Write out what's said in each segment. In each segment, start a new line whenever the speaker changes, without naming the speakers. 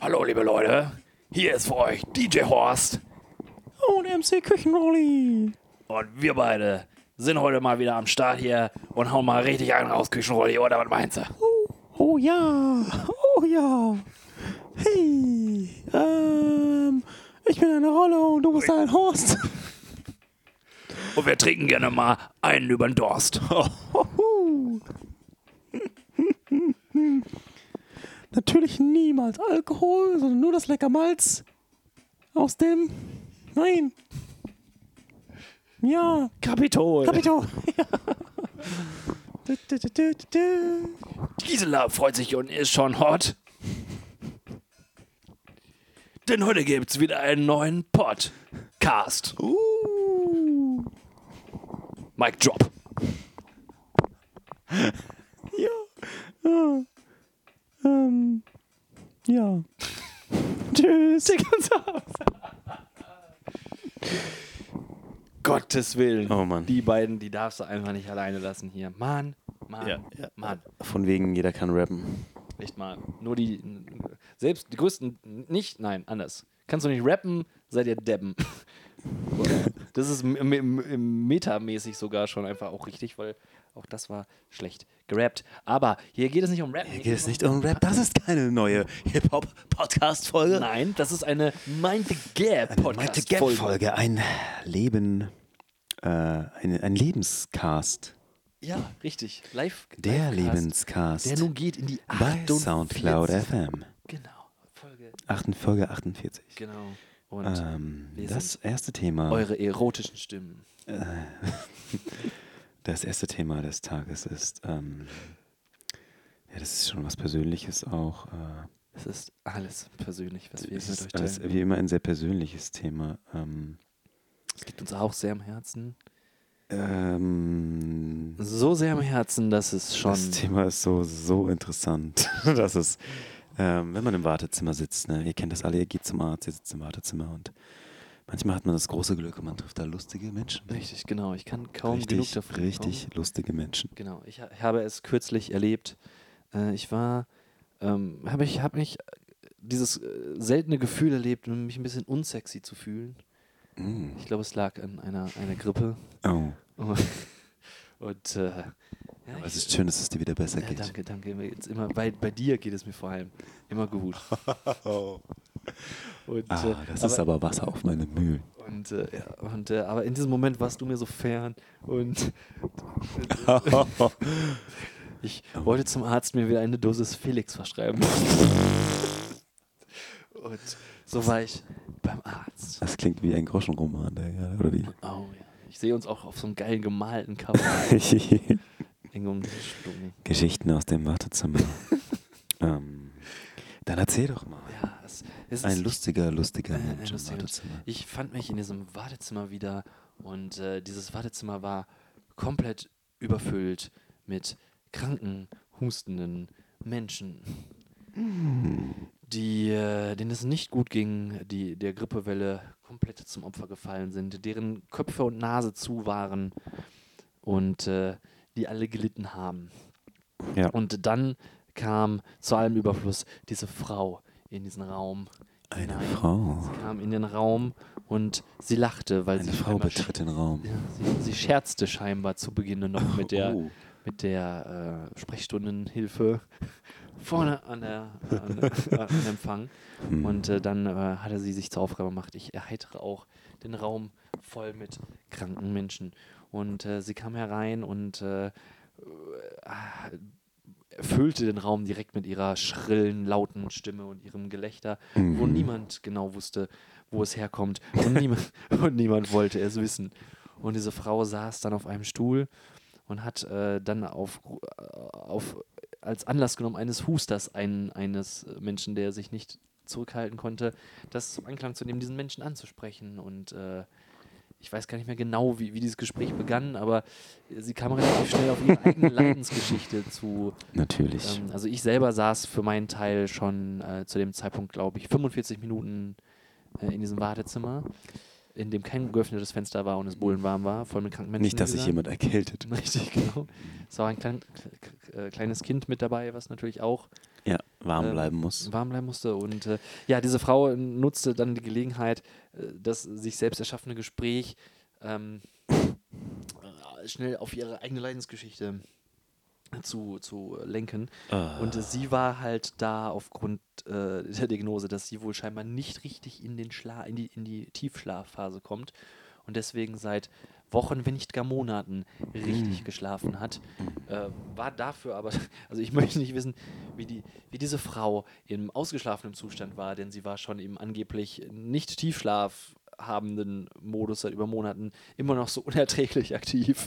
Hallo, liebe Leute. Hier ist für euch DJ Horst.
Und MC Küchenrolli.
Und wir beide sind heute mal wieder am Start hier und hauen mal richtig einen raus, Küchenrolli. Oder was meinst du?
Oh ja, oh ja. Hey, ähm, ich bin eine Rolle und du bist ein Horst.
Und wir trinken gerne mal einen über den Dorst.
Hohu. Natürlich niemals Alkohol, sondern nur das lecker Malz. Aus dem. Nein. Ja,
Kapitol.
Kapitol. Ja. Du, du, du, du, du, du.
Gisela freut sich und ist schon hot. Denn heute gibt's wieder einen neuen Podcast.
Uh,
Mic Drop.
ja. Ja. Ähm. Ja. Tschüss.
Gottes Willen.
Oh Mann.
Die beiden, die darfst du einfach nicht alleine lassen hier. Mann, Mann,
Ja, ja.
Mann.
Von wegen, jeder kann rappen.
Nicht mal. Nur die, selbst die größten, nicht, nein, anders. Kannst du nicht rappen, seid ihr Deppen. das ist m- m- m- metamäßig sogar schon einfach auch richtig, weil auch das war schlecht gerappt. Aber hier geht es nicht um Rappen. Hier
Geht es nicht um Rap? Das ist keine neue Hip-Hop-Podcast-Folge.
Nein, das ist eine Mind the Gap
Meinte
Podcast Folge.
Gap-Folge. Ein Leben, äh, ein, ein Lebenscast.
Ja, richtig. Live.
Der
Livecast,
Lebenscast.
Der nun geht in die
bei
48.
Soundcloud FM.
Genau. Folge.
Achten- Folge 48.
Genau. Und
Ähm,
wir
das
sind
erste Thema.
eure erotischen Stimmen.
Das erste Thema des Tages ist, ähm, ja, das ist schon was Persönliches auch. Äh,
Es ist alles persönlich, was wir
es
mit euch
ist alles,
teilen.
wie immer ein sehr persönliches Thema. Ähm,
Es liegt uns auch sehr am Herzen.
ähm,
So sehr am Herzen, dass es schon.
das Thema ist so, so interessant, dass es, ähm, wenn man im Wartezimmer sitzt, ne, ihr kennt das alle, ihr geht zum Arzt, ihr sitzt im Wartezimmer und manchmal hat man das große Glück und man trifft da lustige Menschen.
Richtig, genau. Ich kann kaum genug
richtig,
davon.
richtig
bekommen.
lustige Menschen.
Genau. Ich ha- habe es kürzlich erlebt. Äh, Ich war, ähm, habe ich, habe mich äh, dieses äh, seltene Gefühl erlebt, mich ein bisschen unsexy zu fühlen.
Mm.
Ich glaube, es lag an einer, einer Grippe.
Oh,
Und äh, ja,
aber
ich-
es ist schön, dass es dir wieder besser
Ja,
geht.
danke, danke. Mir geht's immer, bei, bei dir geht es mir vor allem immer gut. Und,
Oh. Ah,
äh,
das ist aber Wasser auf meine Mühlen.
Und, äh, ja, und, äh, aber in diesem Moment warst du mir so fern und ich wollte zum Arzt mir wieder eine Dosis Felix verschreiben. und so war ich beim Arzt.
Das klingt wie ein Groschenroman, der gerade, oder wie?
Oh ja. Ich sehe uns auch auf so einem geilen gemalten Cover. Irgendwo um die Stunde.
Geschichten aus dem Wartezimmer. ähm, dann erzähl doch mal.
Ja, es, es
Ein
ist
lustiger, lustiger
Äh, ein
Mensch im
lustiger Mensch.
Wartezimmer.
Ich fand mich in diesem Wartezimmer wieder und äh, dieses Wartezimmer war komplett überfüllt mit kranken, hustenden Menschen, die, äh, denen es nicht gut ging, die der Grippewelle komplett zum Opfer gefallen sind, deren Köpfe und Nase zu waren und äh, die alle gelitten haben.
Ja.
Und dann kam zu allem Überfluss diese Frau in diesen Raum.
Eine
hinein
Frau.
kam in den Raum und sie lachte, weil
Eine
sie
Frau
scheinbar
betritt den
sch-
Raum.
Ja, sie, sie scherzte scheinbar zu Beginn noch mit der, ähm,
Oh.
mit der äh, Sprechstundenhilfe vorne an der, an, äh, an am Empfang.
Hm.
Und äh, dann äh, hatte sie sich zur Aufgabe gemacht, ich erheitere auch den Raum voll mit kranken Menschen. Und äh, sie kam herein und äh, äh, erfüllte den Raum direkt mit ihrer schrillen, lauten Stimme und ihrem Gelächter, wo niemand genau wusste, wo es herkommt. Und niemand, und niemand wollte es wissen. Und diese Frau saß dann auf einem Stuhl und hat äh, dann auf, auf, als Anlass genommen eines Husters einen, eines Menschen, der sich nicht zurückhalten konnte, das zum Anklang zu nehmen, diesen Menschen anzusprechen. Und äh, ich weiß gar nicht mehr genau, wie, wie dieses Gespräch begann, aber äh, sie kam relativ schnell auf ihre eigene Leidensgeschichte zu.
Natürlich.
Ähm, also ich selber saß für meinen Teil schon äh, zu dem Zeitpunkt, glaube ich, 45 Minuten äh, in diesem Wartezimmer, in dem kein geöffnetes Fenster war und es bullenwarm war, voll mit kranken Menschen.
Nicht, dass
wie
sich
gesagt.
jemand erkältet.
Richtig, genau. Es war ein klein, k- k- äh, kleines Kind mit dabei, was natürlich auch
Ja, warm
ähm,
bleiben muss.
warm bleiben musste. Und äh, ja, diese Frau nutzte dann die Gelegenheit, äh, das sich selbst erschaffene Gespräch ähm, äh, schnell auf ihre eigene Leidensgeschichte zu, zu lenken. Und äh, sie war halt da aufgrund äh, der Diagnose, dass sie wohl scheinbar nicht richtig in, den Schla in, die, in die Tiefschlafphase kommt und deswegen seit Wochen, wenn nicht gar Monaten, richtig geschlafen hat. Äh, war dafür aber, also ich möchte nicht wissen, wie, die, wie diese Frau im ausgeschlafenen Zustand war, denn sie war schon im angeblich nicht Tiefschlaf habenden Modus seit über Monaten immer noch so unerträglich aktiv.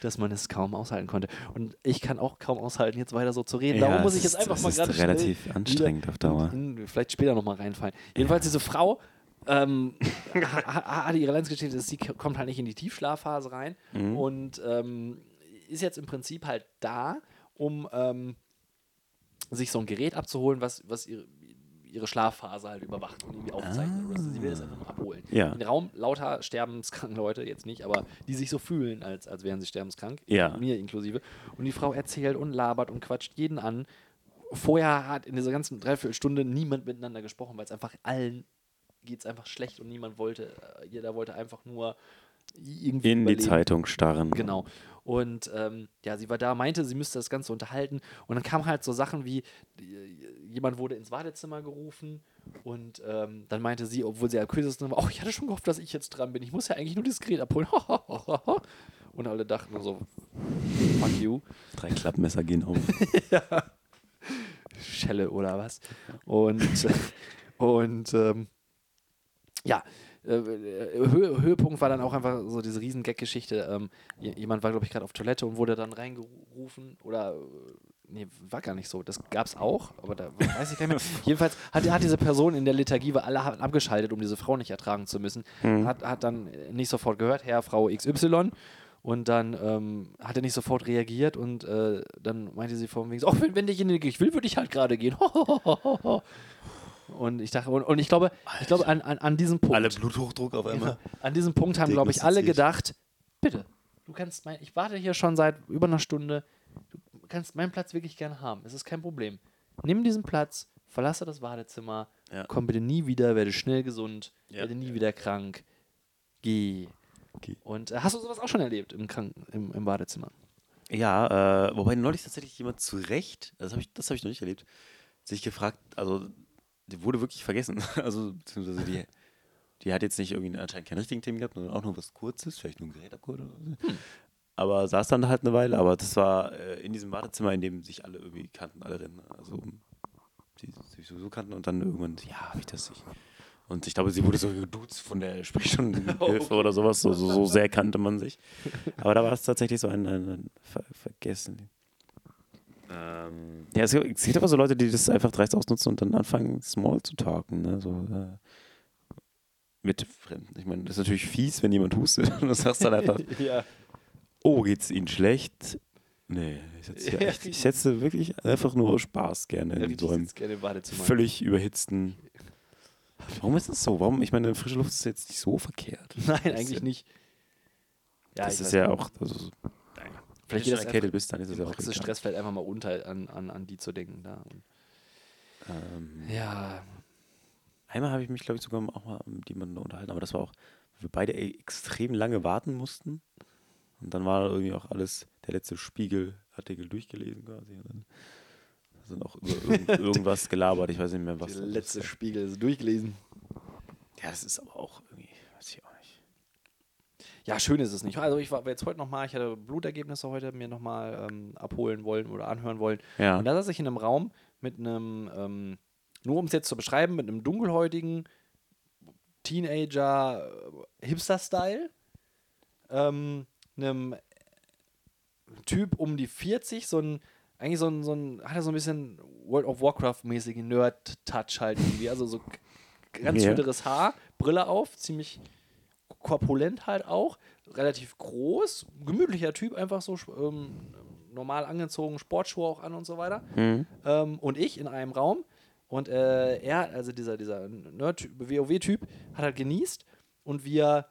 Dass man es kaum aushalten konnte. Und ich kann auch kaum aushalten, jetzt weiter so zu reden.
Ja,
Darum muss
es
ich jetzt
ist-
einfach
es
mal
ist
gerade schnell
relativ
wieder
anstrengend auf Dauer.
in, in, vielleicht später nochmal reinfallen. Jedenfalls diese Frau ähm, ha- ha- hatte ihre Leidensgeschichte, dass sie k- kommt halt nicht in die Tiefschlafphase rein
Mhm.
und ähm, ist jetzt im Prinzip halt da, um ähm, sich so ein Gerät abzuholen, was, was ihre, ihre Schlafphase halt überwacht und irgendwie aufzeichnet. oder so. Sie will das einfach nur abholen.
Ah. Ja.
In den Raum lauter sterbenskranken Leute, jetzt nicht, aber die sich so fühlen, als, als wären sie sterbenskrank.
Ja.
Mir inklusive. Und die Frau erzählt und labert und quatscht jeden an. Vorher hat in dieser ganzen Dreiviertelstunde niemand miteinander gesprochen, weil es einfach allen geht es einfach schlecht und niemand wollte, äh, jeder wollte einfach nur irgendwie
in die
überleben.
Zeitung starren.
Genau. Und ähm, ja, sie war da, meinte, sie müsste das Ganze unterhalten. Und dann kamen halt so Sachen wie, äh, jemand wurde ins Wartezimmer gerufen und ähm, dann meinte sie, obwohl sie am kürzesten war, oh, ich hatte schon gehofft, dass ich jetzt dran bin. Ich muss ja eigentlich nur diskret abholen. und alle dachten so, fuck you.
Drei Klappmesser gehen auf.
Schelle oder was. Und, und ähm, ja, äh, Höhe, Höhepunkt war dann auch einfach so diese riesen Gag-Geschichte. Ähm, j- jemand war, glaube ich, gerade auf Toilette und wurde dann reingerufen oder. äh, Nee, war gar nicht so. Das gab es auch, aber da weiß ich gar nicht mehr. Jedenfalls hat, hat diese Person in der Liturgie, weil alle haben abgeschaltet, um diese Frau nicht ertragen zu müssen, hat, hat dann nicht sofort gehört, Herr, Frau XY. Und dann ähm, hat er nicht sofort reagiert und äh, dann meinte sie vor dem Weg, so, oh, wenn, wenn derjenige ich will, würde ich halt gerade gehen. Und ich dachte, und, und ich glaube, ich glaube an, an, an diesem Punkt.
Bluthochdruck auf
Genau. An diesem Punkt haben, glaube ich, alle gedacht, bitte, du kannst mein, ich warte hier schon seit über einer Stunde, du kannst meinen Platz wirklich gerne haben, es ist kein Problem. Nimm diesen Platz, verlasse das Badezimmer,
Ja.
komm bitte nie wieder, werde schnell gesund,
Ja.
werde nie wieder krank, geh.
Geh.
Und äh, hast du sowas auch schon erlebt im, Kranken, im, im Badezimmer?
Ja, äh, wobei neulich tatsächlich jemand zu Recht, das habe ich, das hab ich noch nicht erlebt, sich gefragt, also die wurde wirklich vergessen. Also, beziehungsweise die, die hat jetzt nicht irgendwie anscheinend keinen richtigen Themen gehabt, sondern auch nur was Kurzes, vielleicht nur ein Gerät abgeholt oder so. Aber saß dann halt eine Weile, aber das war äh, in diesem Wartezimmer, in dem sich alle irgendwie kannten, alle rennen. Also, die sich sowieso kannten und dann irgendwann, ja, habe ich das nicht. Und ich glaube, sie wurde so geduzt von der Sprechstundenhilfe oder sowas. So, so, so sehr kannte man sich. Aber da war es tatsächlich so ein, ein, ein Ver Vergessen. Ähm, ja, es, gibt- es gibt aber so Leute, die das einfach dreist ausnutzen und dann anfangen, small zu talken. Ne? So, äh, mit Fremden. Ich meine, das ist natürlich fies, wenn jemand hustet. Und das sagst du dann einfach,
Ja.
oh, geht's Ihnen schlecht? Nee, ich setze, hier
Ja,
echt, ich setze wirklich einfach nur Spaß gerne in so einem
gerne im Badezimmer.
völlig überhitzten. Warum ist das so? Warum? Ich meine, frische Luft ist jetzt nicht so verkehrt.
Nein, eigentlich nicht. Ja,
Das
ich
ist
weiß
ja
nicht.
auch. Also, wenn
Vielleicht
du
geht das
erkältet bist, dann ist es ja auch.
Kriegst du
egal.
Stress vielleicht einfach mal unter, an, an, an die zu denken. Da. Und
Ähm,
ja,
einmal habe ich mich, glaube ich, sogar auch mal mit jemandem unterhalten, aber das war auch, weil wir beide e- extrem lange warten mussten. Und dann war irgendwie auch alles, der letzte Spiegelartikel durchgelesen quasi. Und dann sind auch über irgend, irgendwas gelabert, ich weiß nicht mehr, was.
der
das
letzte
war.
Spiegel ist durchgelesen.
Ja, das ist aber auch irgendwie, weiß ich auch nicht.
Ja, schön ist es nicht. Also ich war jetzt heute nochmal, ich hatte Blutergebnisse heute mir nochmal ähm, abholen wollen oder anhören wollen.
Ja.
Und da saß ich in einem Raum mit einem, ähm, nur um es jetzt zu beschreiben, mit einem dunkelhäutigen Teenager äh, Hipster-Style, ähm, einem Typ um die 40, so ein, eigentlich so ein, so ein, hat er so ein bisschen World of Warcraft-mäßigen Nerd-Touch halt irgendwie, also so k- ganz
Ja.
schütteres Haar, Brille auf, ziemlich korpulent halt auch, relativ groß, gemütlicher Typ, einfach so ähm, normal angezogen, Sportschuhe auch an und so weiter. Ähm, und ich in einem Raum. Und äh, er, also dieser, dieser Nerd-Typ, WoW-Typ, hat halt genießt und wir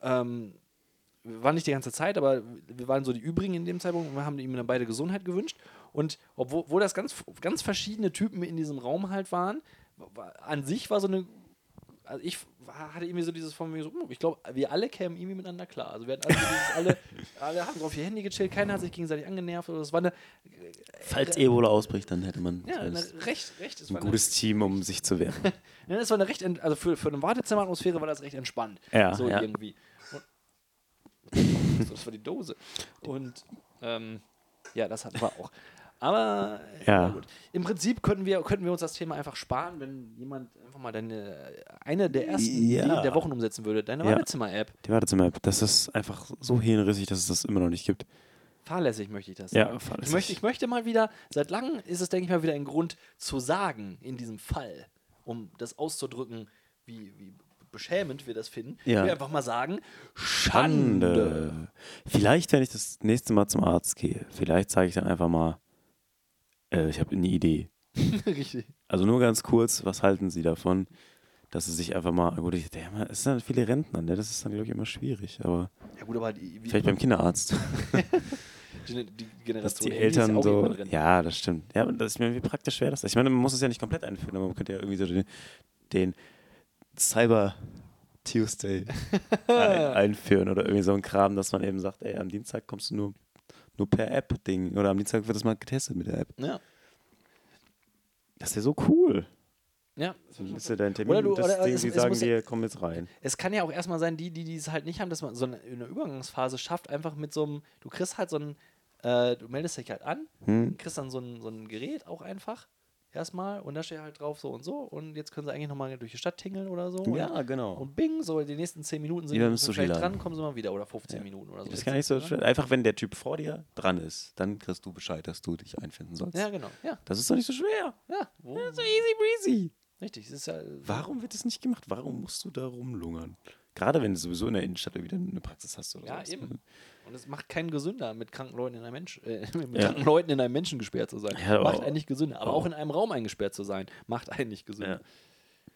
ähm, wir waren nicht die ganze Zeit, aber wir waren so die übrigen in dem Zeitpunkt und wir haben ihm dann beide Gesundheit gewünscht. Und obwohl obwohl das ganz, ganz verschiedene Typen in diesem Raum halt waren, war, an sich war so eine. Also ich war, hatte irgendwie so dieses von mir so, hm, ich glaube, wir alle kämen irgendwie miteinander klar. Also wir hatten alle, dieses, alle, alle haben auf ihr Handy gechillt, keiner hat sich gegenseitig angenervt. Oder das war eine,
Falls Ebola ausbricht, dann hätte man
Äh, ja, eine
zumindest
recht, recht, es
ein
war eine
gutes Team, um sich zu wehren.
Ja, das war eine recht, ent- also für, für eine Wartezimmeratmosphäre war das recht entspannt.
Ja,
so
ja.
irgendwie. Und so, das war die Dose. Und ähm, ja, das hatten wir auch. Aber äh, na
Ja.
gut. im Prinzip könnten wir, könnten wir uns das Thema einfach sparen, wenn jemand einfach mal deine, eine der ersten
Ja.
Ideen der Wochen umsetzen würde. Deine
Ja.
Wartezimmer-App.
Die Wartezimmer-App, das ist einfach so hirnrissig, dass es das immer noch nicht gibt.
Fahrlässig möchte ich das
Ja,
sagen.
fahrlässig.
Ich möchte, ich möchte mal wieder, seit langem ist es, denke ich mal, wieder ein Grund zu sagen in diesem Fall, um das auszudrücken, wie, wie beschämend wir das finden.
Ja.
Wir einfach mal sagen, Schande.
Schande. Vielleicht, wenn ich das nächste Mal zum Arzt gehe, vielleicht zeige ich dann einfach mal, äh, ich habe eine Idee.
Richtig.
Also nur ganz kurz, was halten Sie davon, dass Sie sich einfach mal, gut, ich, der, es sind dann viele Rentner, ne? das ist dann, glaube ich, immer schwierig, aber
Ja gut, aber die, wie,
vielleicht beim Kinderarzt,
die, die
dass
Generation
die
Handys
Eltern
auch
so,
irgendwann drin.
ja, das stimmt. Ja, und das ist mir wie praktisch wäre das. Ich meine, man muss es ja nicht komplett einführen, aber man könnte ja irgendwie so den, den Cyber Tuesday ein, einführen oder irgendwie so einen Kram, dass man eben sagt, ey, am Dienstag kommst du nur, nur per App-Ding oder am Dienstag wird das mal getestet mit der App.
ja.
Das wäre so cool.
ja.
Dann ist ja dein Termin,
Oder du-
das
oder
Ding,
es-
die
es
sagen
muss ja-
dir, komm jetzt rein.
Es kann ja auch erstmal sein, die, die die es halt nicht haben, dass man so eine, eine Übergangsphase schafft, einfach mit so einem, du kriegst halt so ein, äh, du meldest dich halt an,
Hm.
kriegst dann so ein, so ein Gerät auch einfach erstmal und da steht halt drauf so und so und jetzt können sie eigentlich nochmal durch die Stadt tingeln oder so. und,
genau.
und bing, so die nächsten 10 Minuten sind
Wie beim
sie vielleicht
Sushi-Laden.
dran, kommen sie mal wieder oder 15 Minuten oder Also so. ne?
das ist gar nicht so schwer. Einfach wenn der Typ vor dir dran ist, dann kriegst du Bescheid, dass du dich einfinden sollst.
Ja, genau. Ja,
Das ist doch nicht so schwer.
ja. Wo,
So easy breezy.
richtig. Es ist ja,
Warum wird das nicht gemacht? Warum musst du da rumlungern? Gerade wenn du sowieso in der Innenstadt wieder eine Praxis hast oder
Ja,
sowas. ne?
eben. Und es macht keinen gesünder, mit kranken Leuten in einem Mensch, äh, mit
Ja.
kranken Leuten in einem Menschen gesperrt zu sein.
Ja, oh. aber
macht
auch-
einen nicht gesünder. Aber auch in einem Raum eingesperrt zu sein, macht einen nicht
Ja.
gesünder.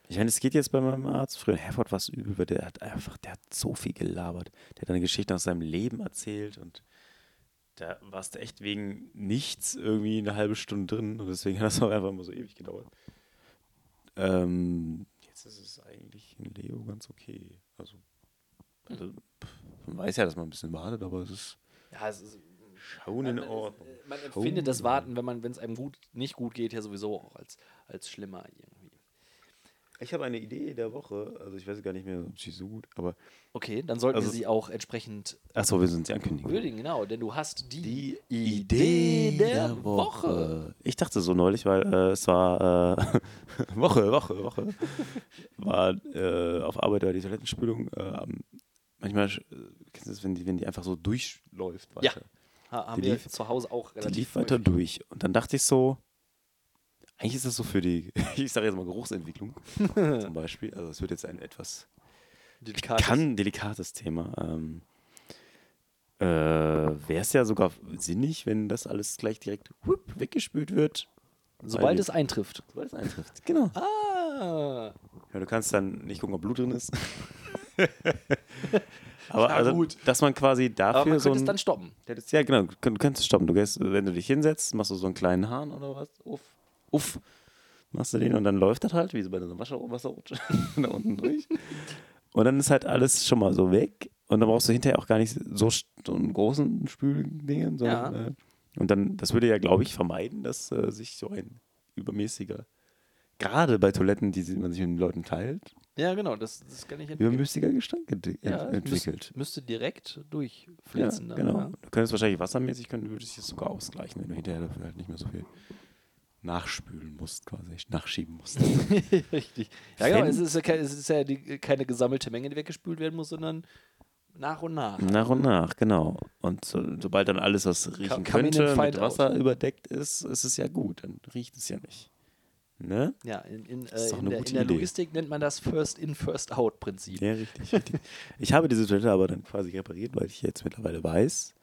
Ich meine, es geht jetzt bei meinem Arzt früher. Herford war es übel, weil der hat einfach, der hat so viel gelabert. Der hat eine Geschichte aus seinem Leben erzählt und da warst du echt wegen nichts irgendwie eine halbe Stunde drin und deswegen hat das auch einfach immer so ewig gedauert. Ähm, jetzt ist es eigentlich in Leo ganz okay. Also, also pff, man weiß ja, dass man ein bisschen wartet, aber es ist
Ja, es ist,
schon in Ordnung. Oh.
äh, man empfindet das Warten, wenn man, wenn es einem gut, nicht gut geht, ja sowieso auch als, als schlimmer irgendwie.
Ich habe eine Idee der Woche, also ich weiß gar nicht mehr, ob sie so gut, aber.
Okay, dann sollten
Also-
wir sie auch entsprechend
Achso, wir sind sie ankündigen.
würdigen, genau, denn du hast die,
Die Idee der Woche. Ich dachte so neulich, weil äh, es war äh, Woche, Woche, Woche. War äh, auf Arbeit da die Toilettenspülung. Äh, manchmal, sch- äh, kennst du das, wenn die, wenn die einfach so durchläuft
Ja,
weiter?
ha, haben
Die
wir
lief-
zu Hause auch
Die
relativ
lief weiter
häufig.
durch. Und dann dachte ich so, eigentlich ist das so für die, ich sage jetzt mal Geruchsentwicklung zum Beispiel. Also es wird jetzt ein etwas
Delikat ist-
kann ein delikates Thema. Ähm, äh, Wäre es ja sogar sinnig, wenn das alles gleich direkt whoop, weggespült wird.
Sobald
Weil-
es eintrifft.
sobald es eintrifft. Genau.
Ah,
Ja, du kannst dann nicht gucken, ob Blut drin ist. Aber
Na
also,
gut.
dass man quasi dafür
aber man
so
könnte es
ein,
dann stoppen.
Der das- Ja, genau. Du könnt- könntest stoppen. Du gehst, wenn du dich hinsetzt, machst du so einen kleinen Hahn oder was. Uff. Uff. Machst du den und dann läuft das halt, wie so bei so einem Wasser Wasserrutsche da unten durch. Und dann ist halt alles schon mal so weg. Und dann brauchst du hinterher auch gar nicht so, st- so einen großen Spüldingen. Sondern,
Ja.
äh, und dann, das würde ja, glaube ich, vermeiden, dass äh, sich so ein übermäßiger, gerade bei Toiletten, die man sich mit den Leuten teilt,
Ja, genau, das, das kann ich entwickeln.
übermäßiger Gestank ent
Ja, es
entwickelt.
Müsste, müsste direkt
Ja,
durchflitzen. dann,
genau.
ja.
Du könntest wahrscheinlich wassermäßig, können, würde sich das sogar ausgleichen, wenn du hinterher dafür halt nicht mehr so viel nachspülen musst, quasi, nachschieben musst.
Richtig. Ja, genau,
Wenn-
es ist ja, kein, es ist ja die, keine gesammelte Menge, die weggespült werden muss, sondern nach und nach.
nach und nach, genau. Und so, sobald dann alles, was riechen
Come in
könnte,
and
mit
find
Wasser
out.
überdeckt ist, ist es ja gut. Dann riecht es ja nicht. Ne?
Ja, in, in,
ist
äh, in,
doch eine
der,
gute
in der
Idee.
Logistik nennt man das First-in-First-out-Prinzip.
Ja, richtig, richtig. Ich habe diese Toilette aber dann quasi repariert, weil ich jetzt mittlerweile weiß,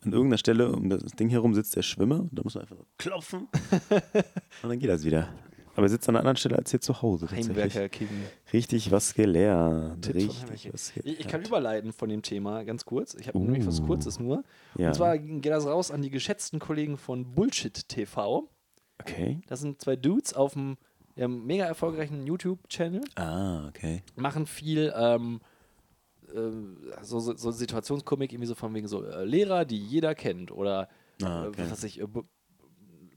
an irgendeiner Stelle um das Ding herum sitzt der Schwimmer und da muss man einfach so klopfen und dann geht das wieder. Aber er sitzt an einer anderen Stelle als hier zu Hause. tatsächlich.
Heimwerker King.
Richtig was gelernt.
Tipps von
Richtig
Heimwerker.
was
Ich,
gelernt.
ich kann überleiten von dem Thema ganz kurz. Ich habe nämlich was
Uh.
Kurzes nur.
Ja.
Und zwar geht das raus an die geschätzten Kollegen von Bullshit TV.
Okay.
Das sind zwei Dudes auf einem ja, mega erfolgreichen YouTube-Channel.
Ah, okay.
machen viel ähm, ähm, so, so, so Situationskomik, irgendwie so von wegen so äh, Lehrer, die jeder kennt oder
Ah,
äh,
okay.
was weiß ich, äh, B-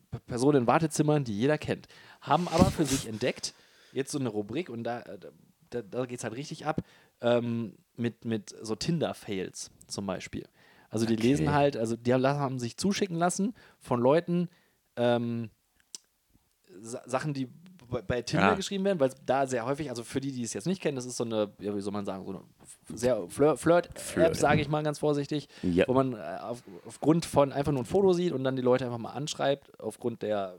P- Personen in Wartezimmern, die jeder kennt, haben aber für sich entdeckt, jetzt so eine Rubrik und da, äh, da, da geht es halt richtig ab, ähm, mit, mit so Tinder-Fails zum Beispiel. Also die
Okay.
lesen halt, also die haben- haben sich zuschicken lassen von Leuten, ähm, Sa- Sachen, die bei, bei Tinder
Ah.
geschrieben werden, weil da sehr häufig, also für die, die es jetzt nicht kennen, das ist so eine, ja, wie soll man sagen, so eine f- sehr Flir Flirt-App,
Flirt.
sage ich mal ganz vorsichtig,
Ja.
wo man äh, auf, aufgrund von einfach nur ein Foto sieht und dann die Leute einfach mal anschreibt, aufgrund der,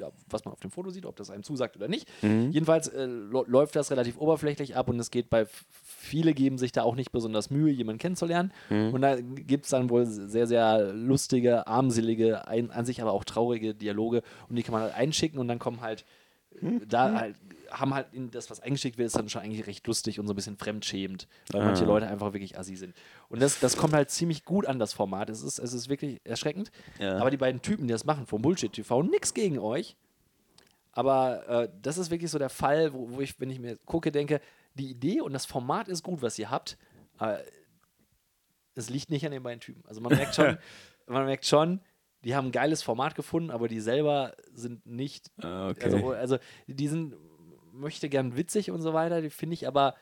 ja, was man auf dem Foto sieht, ob das einem zusagt oder nicht. Jedenfalls äh, lo- läuft das relativ oberflächlich ab und es geht bei, f- viele geben sich da auch nicht besonders Mühe, jemanden kennenzulernen. Und da gibt es dann wohl sehr, sehr lustige, armselige, ein, an sich aber auch traurige Dialoge und die kann man halt einschicken und dann kommen halt da halt, haben halt in das, was eingeschickt wird, ist dann schon eigentlich recht lustig und so ein bisschen fremdschämend, weil manche Leute einfach wirklich assi sind. Und das, das kommt halt ziemlich gut an das Format. Es ist, es ist wirklich erschreckend.
Ja.
Aber die beiden Typen, die das machen vom Bullshit TV, nix gegen euch. Aber äh, das ist wirklich so der Fall, wo, wo ich, wenn ich mir gucke, denke, die Idee und das Format ist gut, was ihr habt. Aber es liegt nicht an den beiden Typen. Also man merkt schon, man merkt schon, die haben ein geiles Format gefunden, aber die selber sind nicht
Ah, okay.
also, also die sind, möchte gern witzig und so weiter, die finde ich aber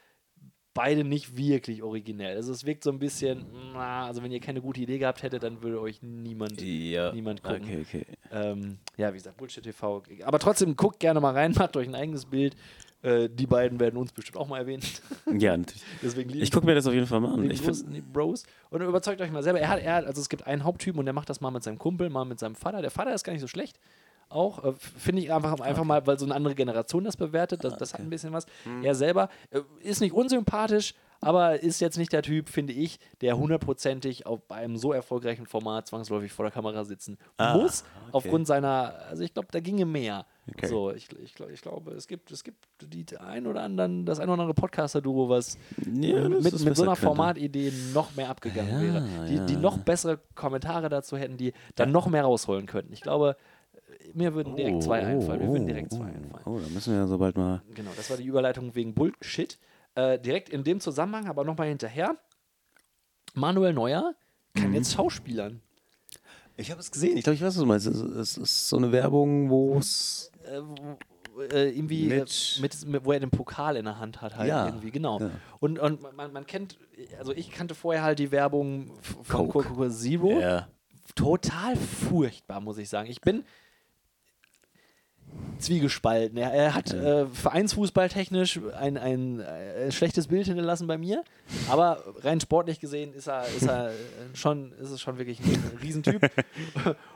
beide nicht wirklich originell. Also es wirkt so ein bisschen, na, also wenn ihr keine gute Idee gehabt hättet, dann würde euch niemand,
Ja.
niemand gucken.
Okay, okay.
Ähm, ja, wie gesagt, Bullshit TV. Aber trotzdem, guckt gerne mal rein, macht euch ein eigenes Bild. Äh, die beiden werden uns bestimmt auch mal erwähnen.
Ja, natürlich.
Deswegen lieben
Ich gucke mir das auf jeden Fall mal an.
die
Ich
Bros,
find,
die Bros. Und überzeugt euch mal selber. Er hat, er hat, also es gibt einen Haupttypen und der macht das mal mit seinem Kumpel, mal mit seinem Vater. Der Vater ist gar nicht so schlecht. Auch, äh, finde ich einfach, einfach mal, weil so eine andere Generation das bewertet. Das, das hat ein bisschen was.
Hm.
Er selber äh, ist nicht unsympathisch, aber ist jetzt nicht der Typ, finde ich, der hundertprozentig auf bei einem so erfolgreichen Format zwangsläufig vor der Kamera sitzen
Ah,
muss.
okay.
Aufgrund seiner, also ich glaube, da ginge mehr.
Okay.
So, ich, ich, glaub- ich glaube, es gibt, es gibt die ein oder anderen, das ein oder andere Podcaster-Duo, was
Ja, das
mit, mit
ist
so
besser
einer
könnte.
Formatidee noch mehr abgegangen
Ja,
wäre. Die, die
Ah, ja.
noch bessere Kommentare dazu hätten, die dann noch mehr rausholen könnten. Ich glaube, mir würden direkt zwei einfallen. Mir würden direkt zwei einfallen.
Oh, da müssen wir ja sobald mal.
Genau, das war die Überleitung wegen Bullshit. Äh, direkt in dem Zusammenhang, aber nochmal hinterher. Manuel Neuer kann
Mhm.
jetzt Schauspielern.
Ich habe es gesehen. Ich glaube, ich weiß, was du meinst. Es, es ist so eine Werbung, wo es.
äh, wo- äh, irgendwie äh,
Mit-
mit, mit, wo er den Pokal in der Hand hat halt
Ja,
irgendwie genau
ja.
und, und man- man, man kennt also ich kannte vorher halt die Werbung f- von
Coke.
Coca-Cola Zero
Ja.
total furchtbar muss ich sagen ich bin zwiegespalten er, er hat äh, Vereinsfußballtechnisch ein, ein äh, schlechtes Bild hinterlassen bei mir aber rein sportlich gesehen ist er, ist er äh, schon ist es schon wirklich ein Riesentyp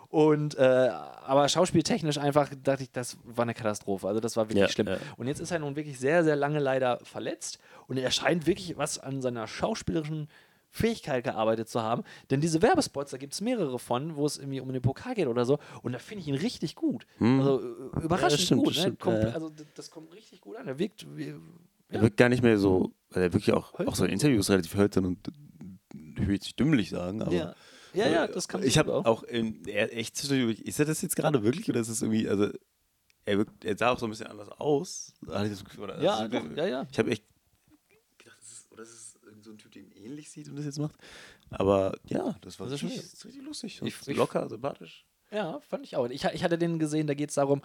und äh, aber schauspieltechnisch einfach dachte ich, das war eine Katastrophe. Also das war wirklich
Ja,
schlimm.
ja.
Und jetzt ist er nun wirklich sehr, sehr lange leider verletzt und er scheint wirklich was an seiner schauspielerischen Fähigkeit gearbeitet zu haben. Denn diese Werbespots, da gibt es mehrere von, wo es irgendwie um den Pokal geht oder so. Und da finde ich ihn richtig gut.
Hm.
Also äh, überraschend
stimmt,
gut.
das
Ne?
stimmt,
Komple-
ja, ja.
Also d- das kommt richtig gut an. Er wirkt. wie-
Er
Ja.
wirkt gar nicht mehr so. Weil er wirklich auch. Auch
Hölzern.
so in Interviews relativ hölzern und. Ich will jetzt nicht dümmlich sagen, aber. äh,
Ja, ja, ja das kann
Ich habe auch ähm, er- echt zwischendurch. Ist er das jetzt gerade wirklich oder ist es irgendwie. Also, er, wirkt, er sah auch so ein bisschen anders aus. Hatte ich das Gefühl, oder,
Ja,
also,
doch, ja, ja.
Ich habe echt gedacht, das ist, oder das ist irgend so ein Typ, der ihm ähnlich sieht und das jetzt macht. Aber ja, das war
Das ist
richtig,
schon-
das ist richtig lustig.
Ich-
und
ich-
locker, sympathisch.
Ja, fand ich auch. Ich, ha- ich hatte den gesehen, da geht es darum,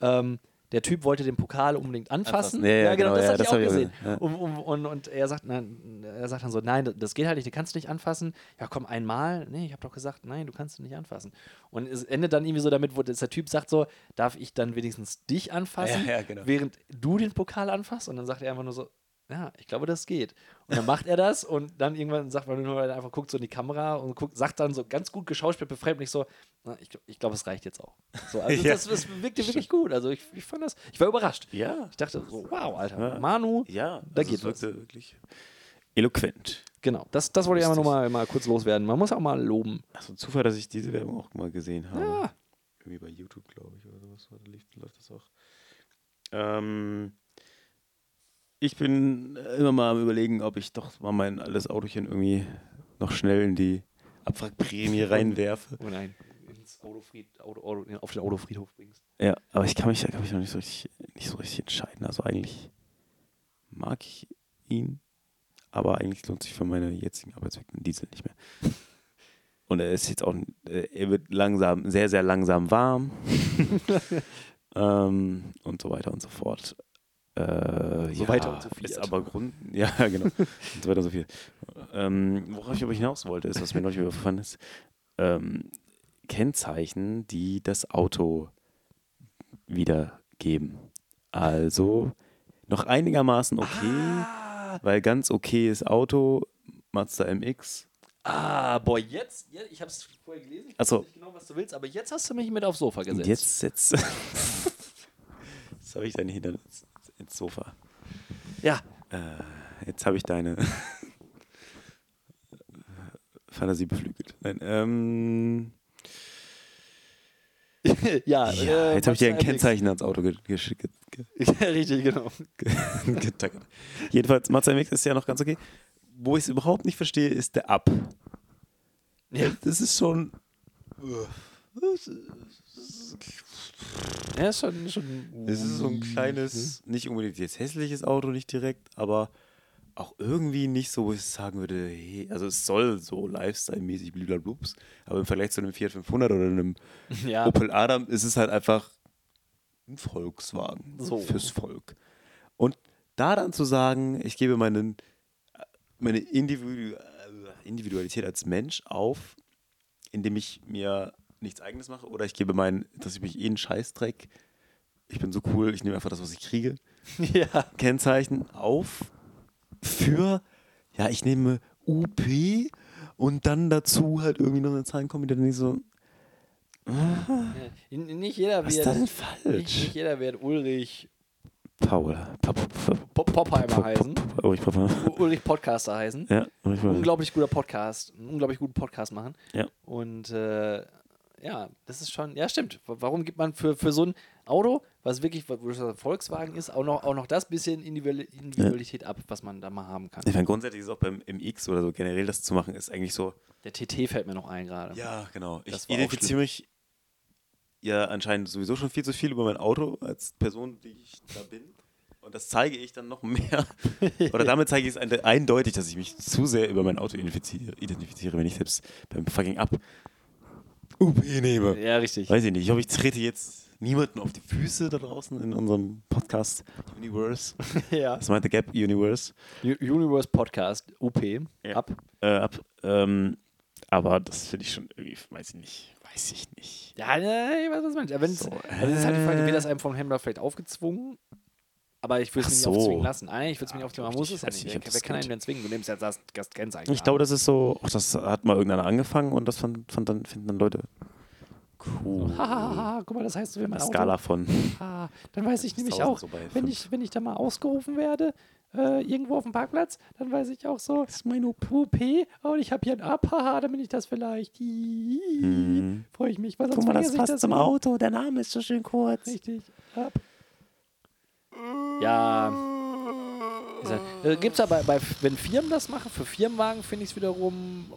ähm, der Typ wollte den Pokal unbedingt anfassen.
Anfassen. Ja, ja, genau,
das
ja,
hatte
das
ich auch
hab ich auch
gesehen.
gesehen, ja.
Und, und, Um, und, und er, sagt, nein, er sagt dann so, nein, das- das geht halt nicht, du kannst nicht anfassen. Ja, komm, einmal. Nee, ich habe doch gesagt, nein, du kannst ihn nicht anfassen. Und es endet dann irgendwie so damit, wo das- der Typ sagt so, darf ich dann wenigstens dich anfassen,
Ja, ja, genau.
während du den Pokal anfasst? Und dann sagt er einfach nur so, ja, ich glaube, das geht. Und dann macht er das und dann irgendwann sagt man nur einfach, guckt so in die Kamera und guckt, sagt dann so ganz gut geschauspielt, befremdlich so, na, ich, gl- ich glaube, es reicht jetzt auch. So, also
Ja.
das, das wirkte wirklich gut. Also ich, ich fand das, ich war überrascht.
Ja.
Ich dachte so, wow, Alter,
Ja.
Manu,
Ja, also
da geht
es
was.
wirkte wirklich eloquent.
Genau, das, das wollte ich einfach nur
Lustig.
mal, mal kurz loswerden. Man muss auch mal loben.
Achso, Zufall, dass ich diese Werbung auch mal gesehen habe.
Ja.
Irgendwie bei YouTube, glaube ich, oder sowas. Oder lief, läuft das auch. Ähm, ich bin immer mal am Überlegen, ob ich doch mal mein alles Autochen irgendwie noch schnell in die Abwrackprämie reinwerfe.
Oh nein, ins Autofried, Auto, Auto, auf den Autofriedhof bringst.
Ja, aber ich kann mich, kann mich noch nicht so, richtig, nicht so richtig entscheiden. Also eigentlich mag ich ihn, aber eigentlich lohnt sich für meine jetzigen Arbeitsweg ein Diesel nicht mehr. Und er ist jetzt auch, äh, er wird langsam, sehr, sehr langsam warm. ähm, und so weiter und so fort. Äh,
So
ja,
weiter und so
Ist
fort.
aber Grund, ja, genau. und so weiter und so viel. Ähm, worauf ich aber hinaus wollte, ist, was mir neulich überfallen ist, ähm, Kennzeichen, die das Auto wiedergeben. Also noch einigermaßen okay,
Ah,
weil ganz okay ist Auto, Mazda MX.
ah, boah, jetzt, je- ich habe es vorher gelesen, ich
Ach so.
weiß nicht genau, was du willst, aber jetzt hast du mich mit aufs Sofa
Und
gesetzt.
jetzt jetzt. jetzt habe ich deine Hintern ins, ins Sofa.
Ja,
Jetzt habe ich deine Fantasie beflügelt. Nein, ähm,
ja,
ja,
äh,
jetzt habe ich dir ein
Mazda MX.
Kennzeichen ans Auto ge ge ge ge
Richtig, genau.
getackert. Jedenfalls, Mazda MX ist ja noch ganz okay. Wo ich es überhaupt nicht verstehe, ist der Up.
Ja.
Das ist schon.
Ja, ist schon, schon
Es ist so ein kleines, nicht unbedingt jetzt hässliches Auto, nicht direkt, aber auch irgendwie nicht so, wo ich sagen würde, hey, also es soll so Lifestyle-mäßig blublablubs, aber im Vergleich zu einem Fiat 500 oder einem
ja.
Opel Adam ist es halt einfach ein Volkswagen
So.
fürs Volk. Und da dann zu sagen, ich gebe meinen, meine Individu Individualität als Mensch auf, indem ich mir nichts Eigenes mache oder ich gebe meinen, dass ich mich eh einen Scheißdreck, ich bin so cool, ich nehme einfach das, was ich kriege,
ja.
Kennzeichen auf für, ja, ich nehme UP und dann dazu halt irgendwie noch eine Zahlenkombination, die dann nicht so,
N- Nicht jeder
was ist
wird.
da denn
Nicht,
falsch?
nicht jeder wird Ulrich
Paul. Pa- pa- pa-
Pop Popheimer
pa-
heißen.
pa- Oh, ich Papa.
U- Ulrich Podcaster heißen.
Ja, ich Papa.
Unglaublich guter Podcast. Einen unglaublich guten Podcast machen.
Ja.
Und äh, ja, das ist schon. Ja, stimmt. W- Warum gibt man für, für so ein Auto, was wirklich wo- wo es ein Volkswagen ist, auch noch, auch noch das bisschen Individual- Individualität ab, was man da mal haben kann?
Ich meine, grundsätzlich ist auch beim MX oder so generell das zu machen, ist eigentlich so.
Der TT fällt mir noch ein gerade.
Ja, genau. Ich
Das war auch
identifiziere mich ja anscheinend sowieso schon viel zu viel über mein Auto als Person, die ich da bin. Und das zeige ich dann noch mehr. Oder damit zeige ich es einde- eindeutig, dass ich mich zu sehr über mein Auto identifiziere, identifiziere wenn ich selbst beim fucking Up UP nehme.
Ja, richtig.
Weiß ich nicht. Ich hoffe, ich trete jetzt niemanden auf die Füße da draußen in unserem Podcast Universe.
Ja.
Das meinte Gap Universe.
U- Universe Podcast, UP,
Ja.
ab.
Äh, ab. Ähm, aber das finde ich schon irgendwie, weiß ich nicht. Weiß ich nicht.
Ja, ja, ich weiß, was du meinst. Aber wenn's,
So,
also das ist halt die Frage,
äh.
wird das einem vom Händler vielleicht aufgezwungen? Aber ich würde
Ach
es mir nicht
so.
aufzwingen lassen. Nein, ich würde es mir nicht
Ja,
aufzwingen, man
glaub
muss
ich
es ja
weiß
nicht.
nicht,
Wer,
ob das
wer kann
geht.
einen denn zwingen? Du nimmst jetzt das das Kennzeichen.
Ich glaube, das ist so, auch das hat mal irgendeiner angefangen und das fand, fand dann, finden dann Leute cool. genau
Hahaha, guck mal, das heißt, wenn
Eine
man
Skala von.
Ah, dann weiß ich nämlich
tausend
auch,
so bei
wenn,
fünf.
ich, wenn ich da mal ausgerufen werde, äh, irgendwo auf dem Parkplatz, dann weiß ich auch so, das ist mein OP oh, und ich habe hier ein Ab, haha, dann bin ich das vielleicht.
Mhm.
Freue ich mich, weil sonst
Guck mal, das
vergesse ich
passt zum
wieder.
Auto. Der Name ist so schön kurz.
um. Richtig. Ab. Ja. Ist halt, äh, gibt's aber bei, wenn Firmen das machen, für Firmenwagen finde ich es wiederum,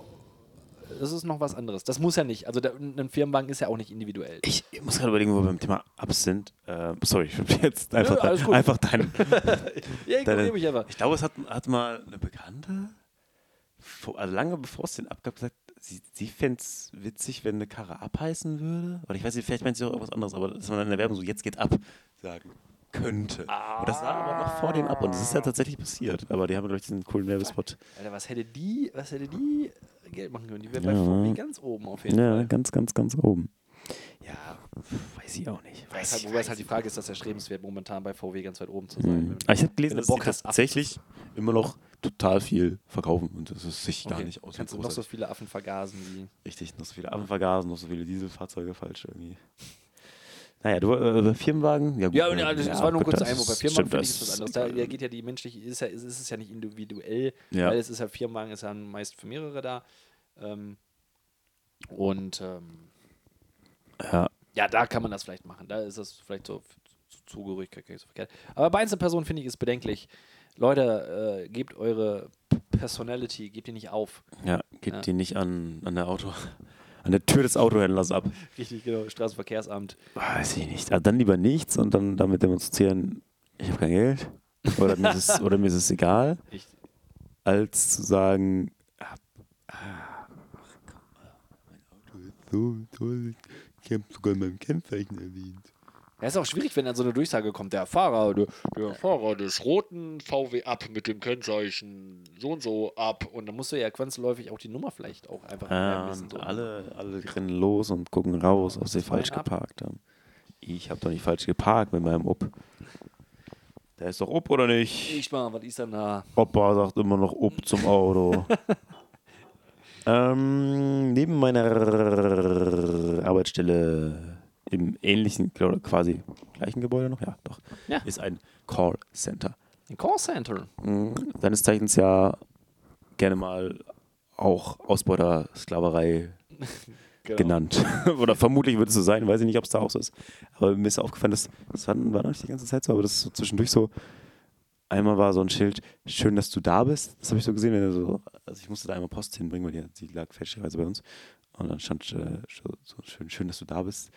das ist noch was anderes. Das muss ja nicht. Also der, ein Firmenwagen ist ja auch nicht individuell.
Ich, ich muss gerade überlegen, wo wir beim Thema Up sind. Äh, sorry, ich hab jetzt einfach,
Nö, alles
dein,
gut.
einfach dein,
Ja,
deine,
ignoriere mich einfach.
Ich glaube, es hat, hat mal eine Bekannte, vor, also lange bevor es den abgab, gesagt, sie, sie fände es witzig, wenn eine Karre abheißen würde. Oder ich weiß nicht, vielleicht meint sie auch irgendwas anderes, aber dass man in der Werbung so, jetzt geht ab, sagen könnte. Und das war aber noch vor dem Ab und das ist ja tatsächlich passiert. Aber die haben, glaube ich, diesen coolen Werbespot.
Alter, was hätte die, was hätte die Geld machen können? Die wäre bei
Ja.
VW ganz oben auf jeden Fall.
ganz, ganz, ganz oben. Ja, weiß ich auch nicht.
Wobei es
Weiß
halt,
ich,
wobei es
weiß
halt die
ich.
Frage ist, dass erstrebenswert momentan bei VW ganz weit oben zu sein. Wenn-
Aber
Hm.
ich habe
wenn
gelesen,
du
dass sie
Bock hast,
tatsächlich immer noch total viel verkaufen und das ist sich gar
Okay.
nicht aus.
Kannst du noch so viele Affen vergasen wie.
Richtig, noch so viele Affen vergasen, noch so viele Dieselfahrzeuge falsch irgendwie. Naja, du äh, Firmenwagen? gut,
Ja, und ja, das das war nur ein
gut,
kurzer
das
Einwurf. Bei
ist-
Firmenwagen
stimmt,
finde ich
das
ist was anderes.
ist
Da,
egal.
da geht ja die menschliche, ist ja, es ist es ja nicht individuell,
Ja.
weil es ist ja Firmenwagen, ist ja ein- meist für mehrere da. Ähm, und ähm,
Ja,
ja, da kann man das vielleicht machen. Da ist das vielleicht so f- zu Zugehörigkeit gar nicht so verkehrt. Aber bei Einzelpersonen finde ich es bedenklich. Leute, äh, gebt eure P- Personality, gebt die nicht auf.
Ja, geht
Ja.
die nicht an, an der Auto, an der Tür des Autohändlers ab.
Richtig, genau. Straßenverkehrsamt.
Weiß ich nicht. Ah, dann lieber nichts und dann damit demonstrieren, ich habe kein Geld. Oder mir, ist es, oder mir ist es egal,
Ich,
als zu sagen, ah, ah, ach, komm, mein Auto ist so toll. Ich habe sogar in meinem Kennzeichen erwähnt.
ja, ist auch schwierig, wenn dann so eine Durchsage kommt, der Fahrer, der, der Fahrer des roten VW ab mit dem Kennzeichen so und so ab. Und dann musst du ja zwangsläufig auch die Nummer vielleicht auch einfach
Ah,
einbissen,
und
so.
alle, alle rennen los und gucken raus, ob sie falsch
Feuer ab.
geparkt haben. Ich habe doch nicht falsch geparkt mit meinem Up. Der ist doch Up oder nicht?
Ich mal, was ist denn da?
Opa sagt immer noch Up zum Auto. ähm, neben meiner Arbeitsstelle im ähnlichen, oder quasi gleichen Gebäude noch, ja, doch,
Ja.
ist ein Callcenter.
Ein Callcenter.
Mhm. Deines Zeichens ja gerne mal auch Ausbeuter, Sklaverei
Genau.
genannt. oder vermutlich wird es so sein, weiß ich nicht, ob es da auch so ist. Aber mir ist aufgefallen, dass, das war, war noch nicht die ganze Zeit so, aber das ist so zwischendurch so. Einmal war so ein Schild, schön, dass du da bist. Das habe ich so gesehen, wenn er so, also ich musste da einmal Post hinbringen, weil die, die lag fälschlicherweise bei uns. Und dann stand äh, so, so schön, schön, dass du da bist.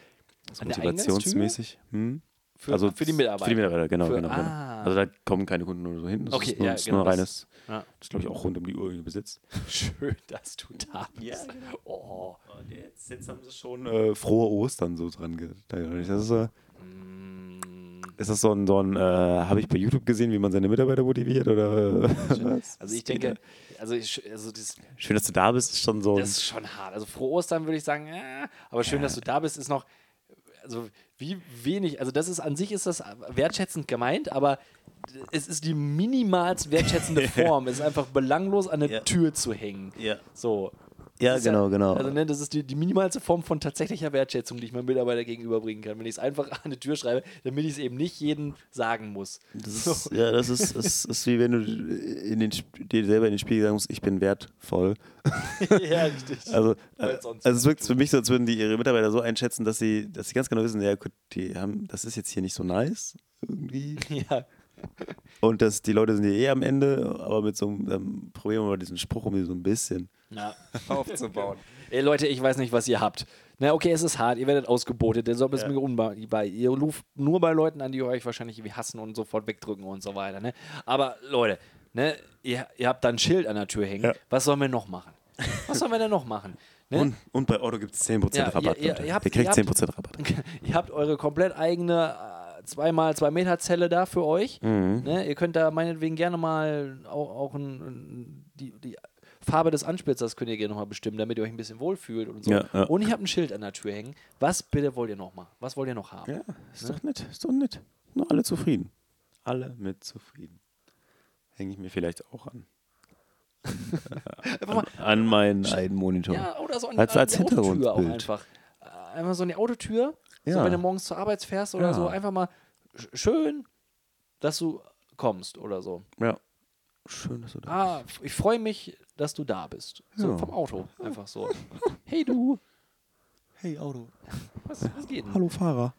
So
An der
motivationsmäßig. Hm?
Für, für die Mitarbeiter.
Für die Mitarbeiter, genau.
Für-
genau, genau.
ah.
Also da kommen keine Kunden oder so hin. Das
Okay,
ist nur,
ja,
ist
genau,
nur
das-
reines,
ja.
das ist glaube ich auch rund um die Uhr irgendwie besetzt.
Schön, dass du da bist.
genau.
Oh.
Und jetzt, jetzt haben sie schon äh, frohe Ostern so dran gedacht. Das ist, äh,
mm,
ist das so ein, so ein äh, habe ich bei YouTube gesehen, wie man seine Mitarbeiter motiviert? Oder, äh? was?
Also ich denke, also, ich, also das,
Schön, dass du da bist, ist schon so.
das ist schon hart. Also frohe Ostern würde ich sagen, äh, aber schön, dass du da bist, ist noch, also wie wenig, also das ist an sich ist das wertschätzend gemeint, aber es ist die minimalst wertschätzende Form. Es ist einfach belanglos an eine
Ja.
Tür zu hängen.
Ja.
So.
Ja,
Das ist
genau, genau.
Also ne, das ist die, die minimalste Form von tatsächlicher Wertschätzung, die ich meinem Mitarbeiter gegenüberbringen kann, wenn ich es einfach an eine Tür schreibe, damit ich es eben nicht jedem sagen muss.
Das
So.
ist, Ja, das ist, ist, ist wie wenn du in den, Sp- dir selber in den Spiegel sagen musst, ich bin wertvoll.
ja, richtig.
Also, äh,
Weil sonst-
also es wirkt für mich so, als würden die ihre Mitarbeiter so einschätzen, dass sie, dass sie ganz genau wissen, ja gut, die haben, das ist jetzt hier nicht so nice irgendwie.
ja.
Und dass die Leute sind hier eh am Ende, aber mit so einem ähm, Problem oder diesem Spruch um die so ein bisschen.
Na.
Aufzubauen.
Ey, Leute, ich weiß nicht, was ihr habt. Na, okay, es ist hart, ihr werdet ausgebotet, der Job ist mir unbei. Ihr ruft nur bei Leuten an, die euch wahrscheinlich irgendwie hassen und sofort wegdrücken und so weiter. Ne? Aber Leute, ne, ihr, ihr habt da ein Schild an der Tür hängen.
Ja.
Was sollen wir noch machen? Was sollen wir denn noch machen? Ne?
Und, und bei Otto gibt es 10%
Ja,
Rabatt.
ihr- ihr-
Leute.
ihr habt-
kriegt
ihr habt-
10% Rabatt.
ihr habt eure komplett eigene äh, 2x2 Meter Zelle da für euch.
Mhm.
Ne? Ihr könnt da meinetwegen gerne mal auch, auch ein, ein, die, die Farbe des Anspitzers könnt ihr gerne nochmal bestimmen, damit ihr euch ein bisschen wohlfühlt und so.
Ja, ja.
Und ich habe ein Schild an der Tür hängen. Was bitte wollt ihr noch mal? Was wollt ihr noch haben?
Ja, ist doch nett, ist doch nett. Nur alle zufrieden. Alle mit zufrieden. Hänge ich mir vielleicht auch an. an, an meinen einen Monitor.
Ja, oder so an,
Als-
an
als
die Autotür auch
Hintergrundbild.
einfach. Äh, Einfach so eine Autotür, so
Ja.
wenn du morgens zur Arbeit fährst oder
Ja.
so, einfach mal sch- schön, dass du kommst oder so.
Ja. Schön, dass du da
Ah, f- ich freue mich, dass du da bist. So
Ja.
vom Auto, einfach so. Hey du,
Hey, Auto.
was, was geht denn?
Hallo, Fahrer.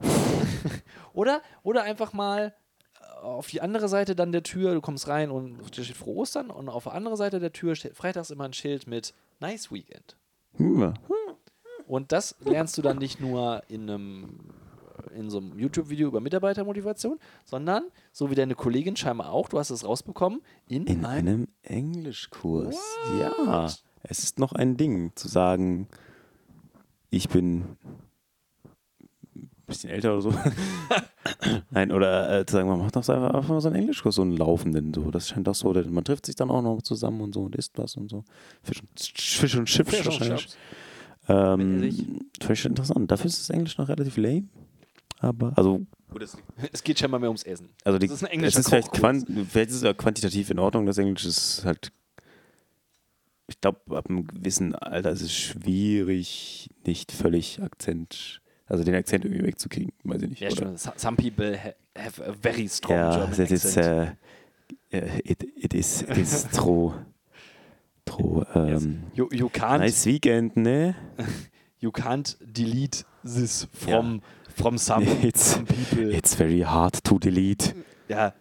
Oder, oder einfach mal äh, auf die andere Seite dann der Tür, du kommst rein und da steht frohe Ostern und auf der anderen Seite der Tür steht freitags immer ein Schild mit Nice Weekend.
Hm.
Und das lernst du dann nicht nur in einem äh, in so einem YouTube-Video über Mitarbeitermotivation, sondern, so wie deine Kollegin scheinbar auch, du hast es rausbekommen, in,
In
einem
einem Englischkurs. Ja. Es ist noch ein Ding, zu sagen, ich bin ein bisschen älter oder so. Nein, oder äh, zu sagen, man macht doch so einfach, einfach mal so einen Englischkurs, so einen laufenden. So. Das scheint doch so, denn man trifft sich dann auch noch zusammen und so und isst was und so. Fisch und, Fisch und Chips
Fisch und
wahrscheinlich.
Chips.
Ähm,
Ehrlich?
finde ich interessant. Dafür ist das Englisch noch relativ lame. Aber, also
Es geht scheinbar mehr ums Essen.
also die,
Das ist ein englischer
es ist vielleicht,
Kochkurs.
quant, vielleicht ist es ja quantitativ in Ordnung, das Englisch ist halt, ich glaube, ab einem gewissen Alter ist es schwierig, nicht völlig Akzent, also den Akzent irgendwie wegzukriegen, weiß ich nicht.
Ja,
oder?
stimmt. So- Some people ha have a very strong
Ja,
German
das ist,
accent.
äh, äh, it, it is, it is true, true,
Yes.
ähm,
you, you can't
nice weekend, ne?
you can't delete this from From some,
It's-
some people.
It's very hard to delete.
Ja,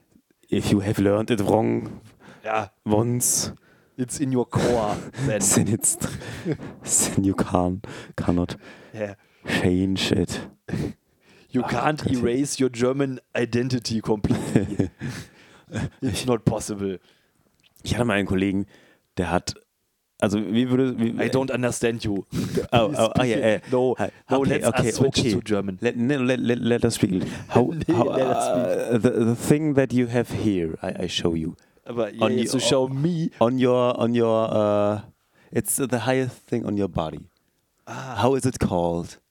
If you have learned it wrong
ja.
once,
It's in your core. Then.
then it's then you can cannot
Yeah.
change it.
You
Ah,
can't
Gott.
erase your German identity completely. It's not possible.
Ich hatte mal einen Kollegen, der hat also wie würde wie, äh,
I don't understand you.
Oh, oh, oh, yeah, yeah.
No,
Hi.
no
Okay,
let's
okay,
us switch
okay.
to German.
Let, no, let, let, let us speak. How,
Nee,
how,
let us
uh, The, the thing that you have here, I, I show you
Aber
On
yeah,
you-
so show me.
on your on your. Uh, it's the highest thing on your body.
Ah.
How is it called?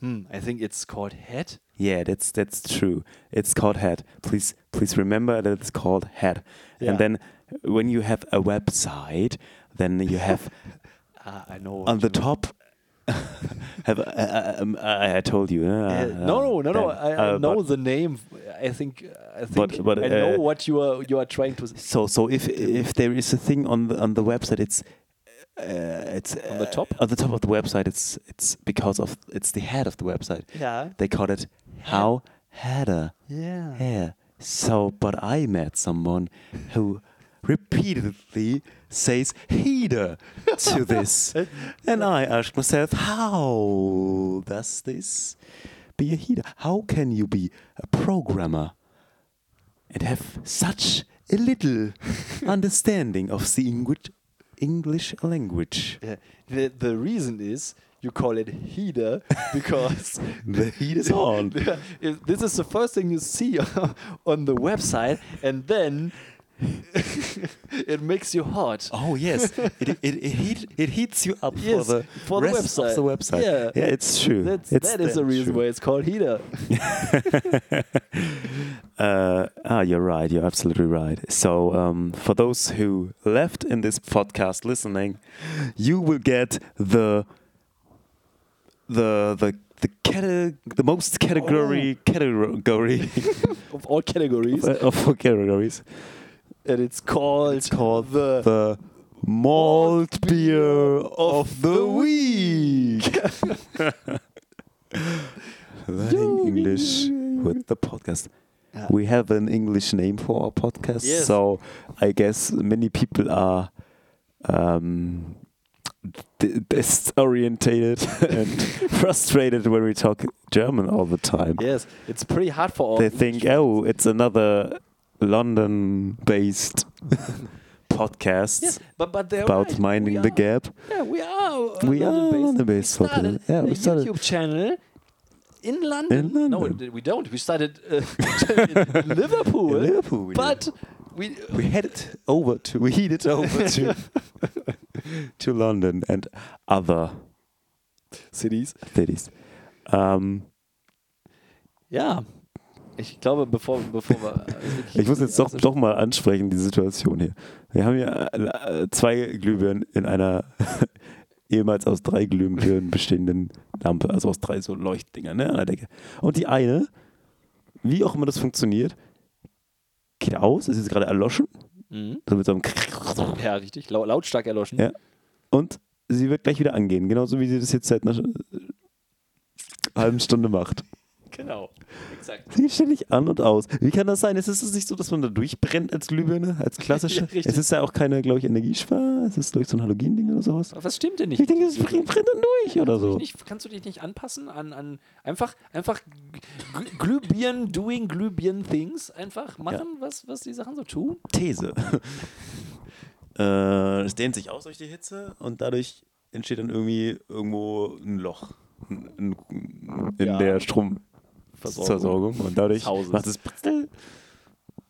Hmm, I think it's called head.
Yeah, that's that's true. It's called head. Please please remember that it's called head.
Yeah.
And then uh, when you have a website, then you have
Ah, I know.
on the top. have uh, uh, um, I I told you. Uh,
Uh, no, no, no, no. I, I
uh,
know
but-
the name. I think. I think.
But- but,
I know
uh,
what you are. You are trying to. s-
So so if if there is a thing on the on the website, it's uh, it's
On the
uh,
top?
on the top of the website. It's it's because of it's the head of the website.
Yeah.
They call it how header.
Yeah.
Yeah. So, but I met someone who repeatedly says header to this, and I asked myself, how does this be a header? How can you be a programmer and have such a little understanding of the English English language?
Yeah. The, the reason is you call it heater because
The heat is on.
If this is the first thing you see on the website, and then it makes you hot.
Oh yes, it it it, heat, it heats you up
Yes,
for the
for the
rest
website.
of the website.
Yeah.
it's true.
That's,
it's
that is the
damn
reason
true.
why it's called heater.
Uh, ah, you're right. You're absolutely right. So um, for those who left in this podcast listening, you will get the the the the cate- the most category
Oh.
category
of all categories,
of all categories.
and it's called,
It's called
the,
the malt beer of the week. Learning English with the podcast.
Yeah.
We have an English name for our podcast,
Yes.
so I guess many people are um, d- disorientated and frustrated when we talk German all the time.
yes. It's pretty hard for all.
They think, oh, it's another London-based podcast
yes, but but they're
about
right.
minding
We
the
are-
gap.
Yeah, we are.
We
London
are
based.
London-based
We
podcast.
started
Yeah, we
a
started-
YouTube channel in London.
In
No,
London.
we- we don't. We started uh, in Liverpool.
In Liverpool, we
but we
we headed over to we headed over to to London and other
cities.
cities. Um,
Ja. Ich glaube, bevor, bevor wir. äh, wirklich-
ich muss jetzt doch,
also-
doch mal ansprechen, die Situation hier. Wir haben hier äh, äh, zwei Glühbirnen in einer ehemals aus drei Glühbirnen bestehenden Lampe, also aus drei so Leuchtdinger ne, an der Decke. Und die eine, wie auch immer das funktioniert, geht aus, ist jetzt gerade erloschen,
Mhm.
so mit so einem
Ja, richtig. Lau lautstark erloschen.
Ja. Und sie wird gleich wieder angehen, genauso wie sie das jetzt seit einer äh, halben Stunde macht.
Genau. Exakt.
Sie geht ständig an und aus. Wie kann das sein? Ist es nicht so, dass man da durchbrennt als Glühbirne, als klassische?
Ja, richtig.
es ist ja auch keine, glaube ich, Energiespar. Es ist, glaube ich, so ein Halogen-Ding oder sowas.
Was stimmt denn nicht?
Ich also denke, es brennt brennt dann durch oder so.
Nicht, kannst du dich nicht anpassen an, an einfach, einfach Gl- Glühbirnen doing Glühbirnen things einfach machen, was, was die Sachen so tun?
These. äh, es dehnt sich aus durch die Hitze und dadurch entsteht dann irgendwie irgendwo ein Loch in, in in
Ja.
der Stromversorgung und dadurch
Des Hauses.
macht es Pritzel.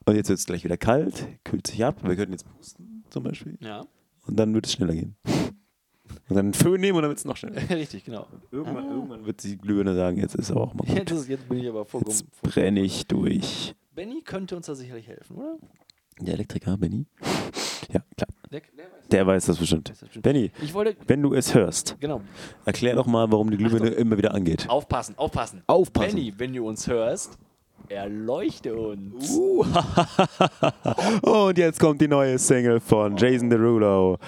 und jetzt wird es gleich wieder kalt, kühlt sich ab. Wir könnten jetzt pusten zum Beispiel
Ja,
und dann wird es schneller gehen. Und dann einen Föhn nehmen und dann wird es noch schneller.
richtig, genau.
Irgendwann, irgendwann wird die Glühbirne sagen, jetzt ist aber auch mal
Jetzt,
gut.
ist, jetzt bin ich aber vollkommen.
Jetzt brenne ich durch.
Benny könnte uns da sicherlich helfen, oder?
Der Elektriker, Benny? Ja, klar.
Der, der weiß
Der weiß das bestimmt.
das bestimmt.
Benny,
Ich wollte,
wenn du es hörst,
genau,
erklär doch mal, warum die Glühbirne immer wieder angeht.
aufpassen, aufpassen.
Aufpassen.
Benny, wenn du uns hörst, erleuchte uns.
Uh, Und jetzt kommt die neue Single von Jason Derulo.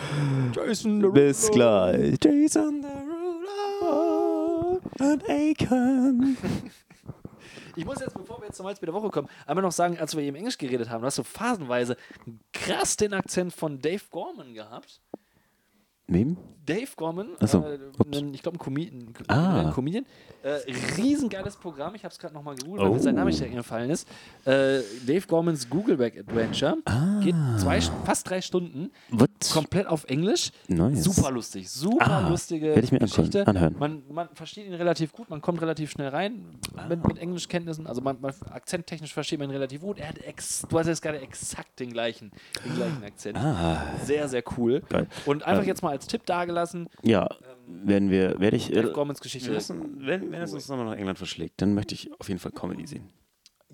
Jason
Bis gleich. Jason Derulo.
and Aiken.
Ich muss jetzt, bevor wir jetzt zum Halbspiel der Woche kommen, einmal noch sagen, als wir eben Englisch geredet haben, hast du phasenweise krass den Akzent von Dave Gorman gehabt.
Wem?
Dave Gorman,
Ach so,
äh,
ups.
ein, ich glaube ein Comedian,
Ah.
ein Comedian äh, riesengeiles Programm, ich habe es gerade nochmal gegoogelt, weil
Oh.
mir sein Name nicht eingefallen ist. Äh, Dave Gormans Googleback Adventure
Ah.
geht zwei, fast drei Stunden,
Was?
komplett auf Englisch,
Nice.
super lustig, super
Ah,
lustige
werd ich mir angucken,
Geschichte.
anhören.
Man, man versteht ihn relativ gut, man kommt relativ schnell rein mit, mit Englischkenntnissen, also man, man, akzenttechnisch versteht man ihn relativ gut. Er hat ex, du hast jetzt gerade exakt den gleichen, den gleichen Akzent.
Ah.
Sehr, sehr cool.
Geil.
Und einfach
Ähm.
jetzt mal als Tipp dagelassen,
Ja, werden wir, werde ich.
Dave
Äh,
Gormans Geschichte.
wenn, wenn es uns nochmal nach England verschlägt, dann möchte ich auf jeden Fall Comedy sehen.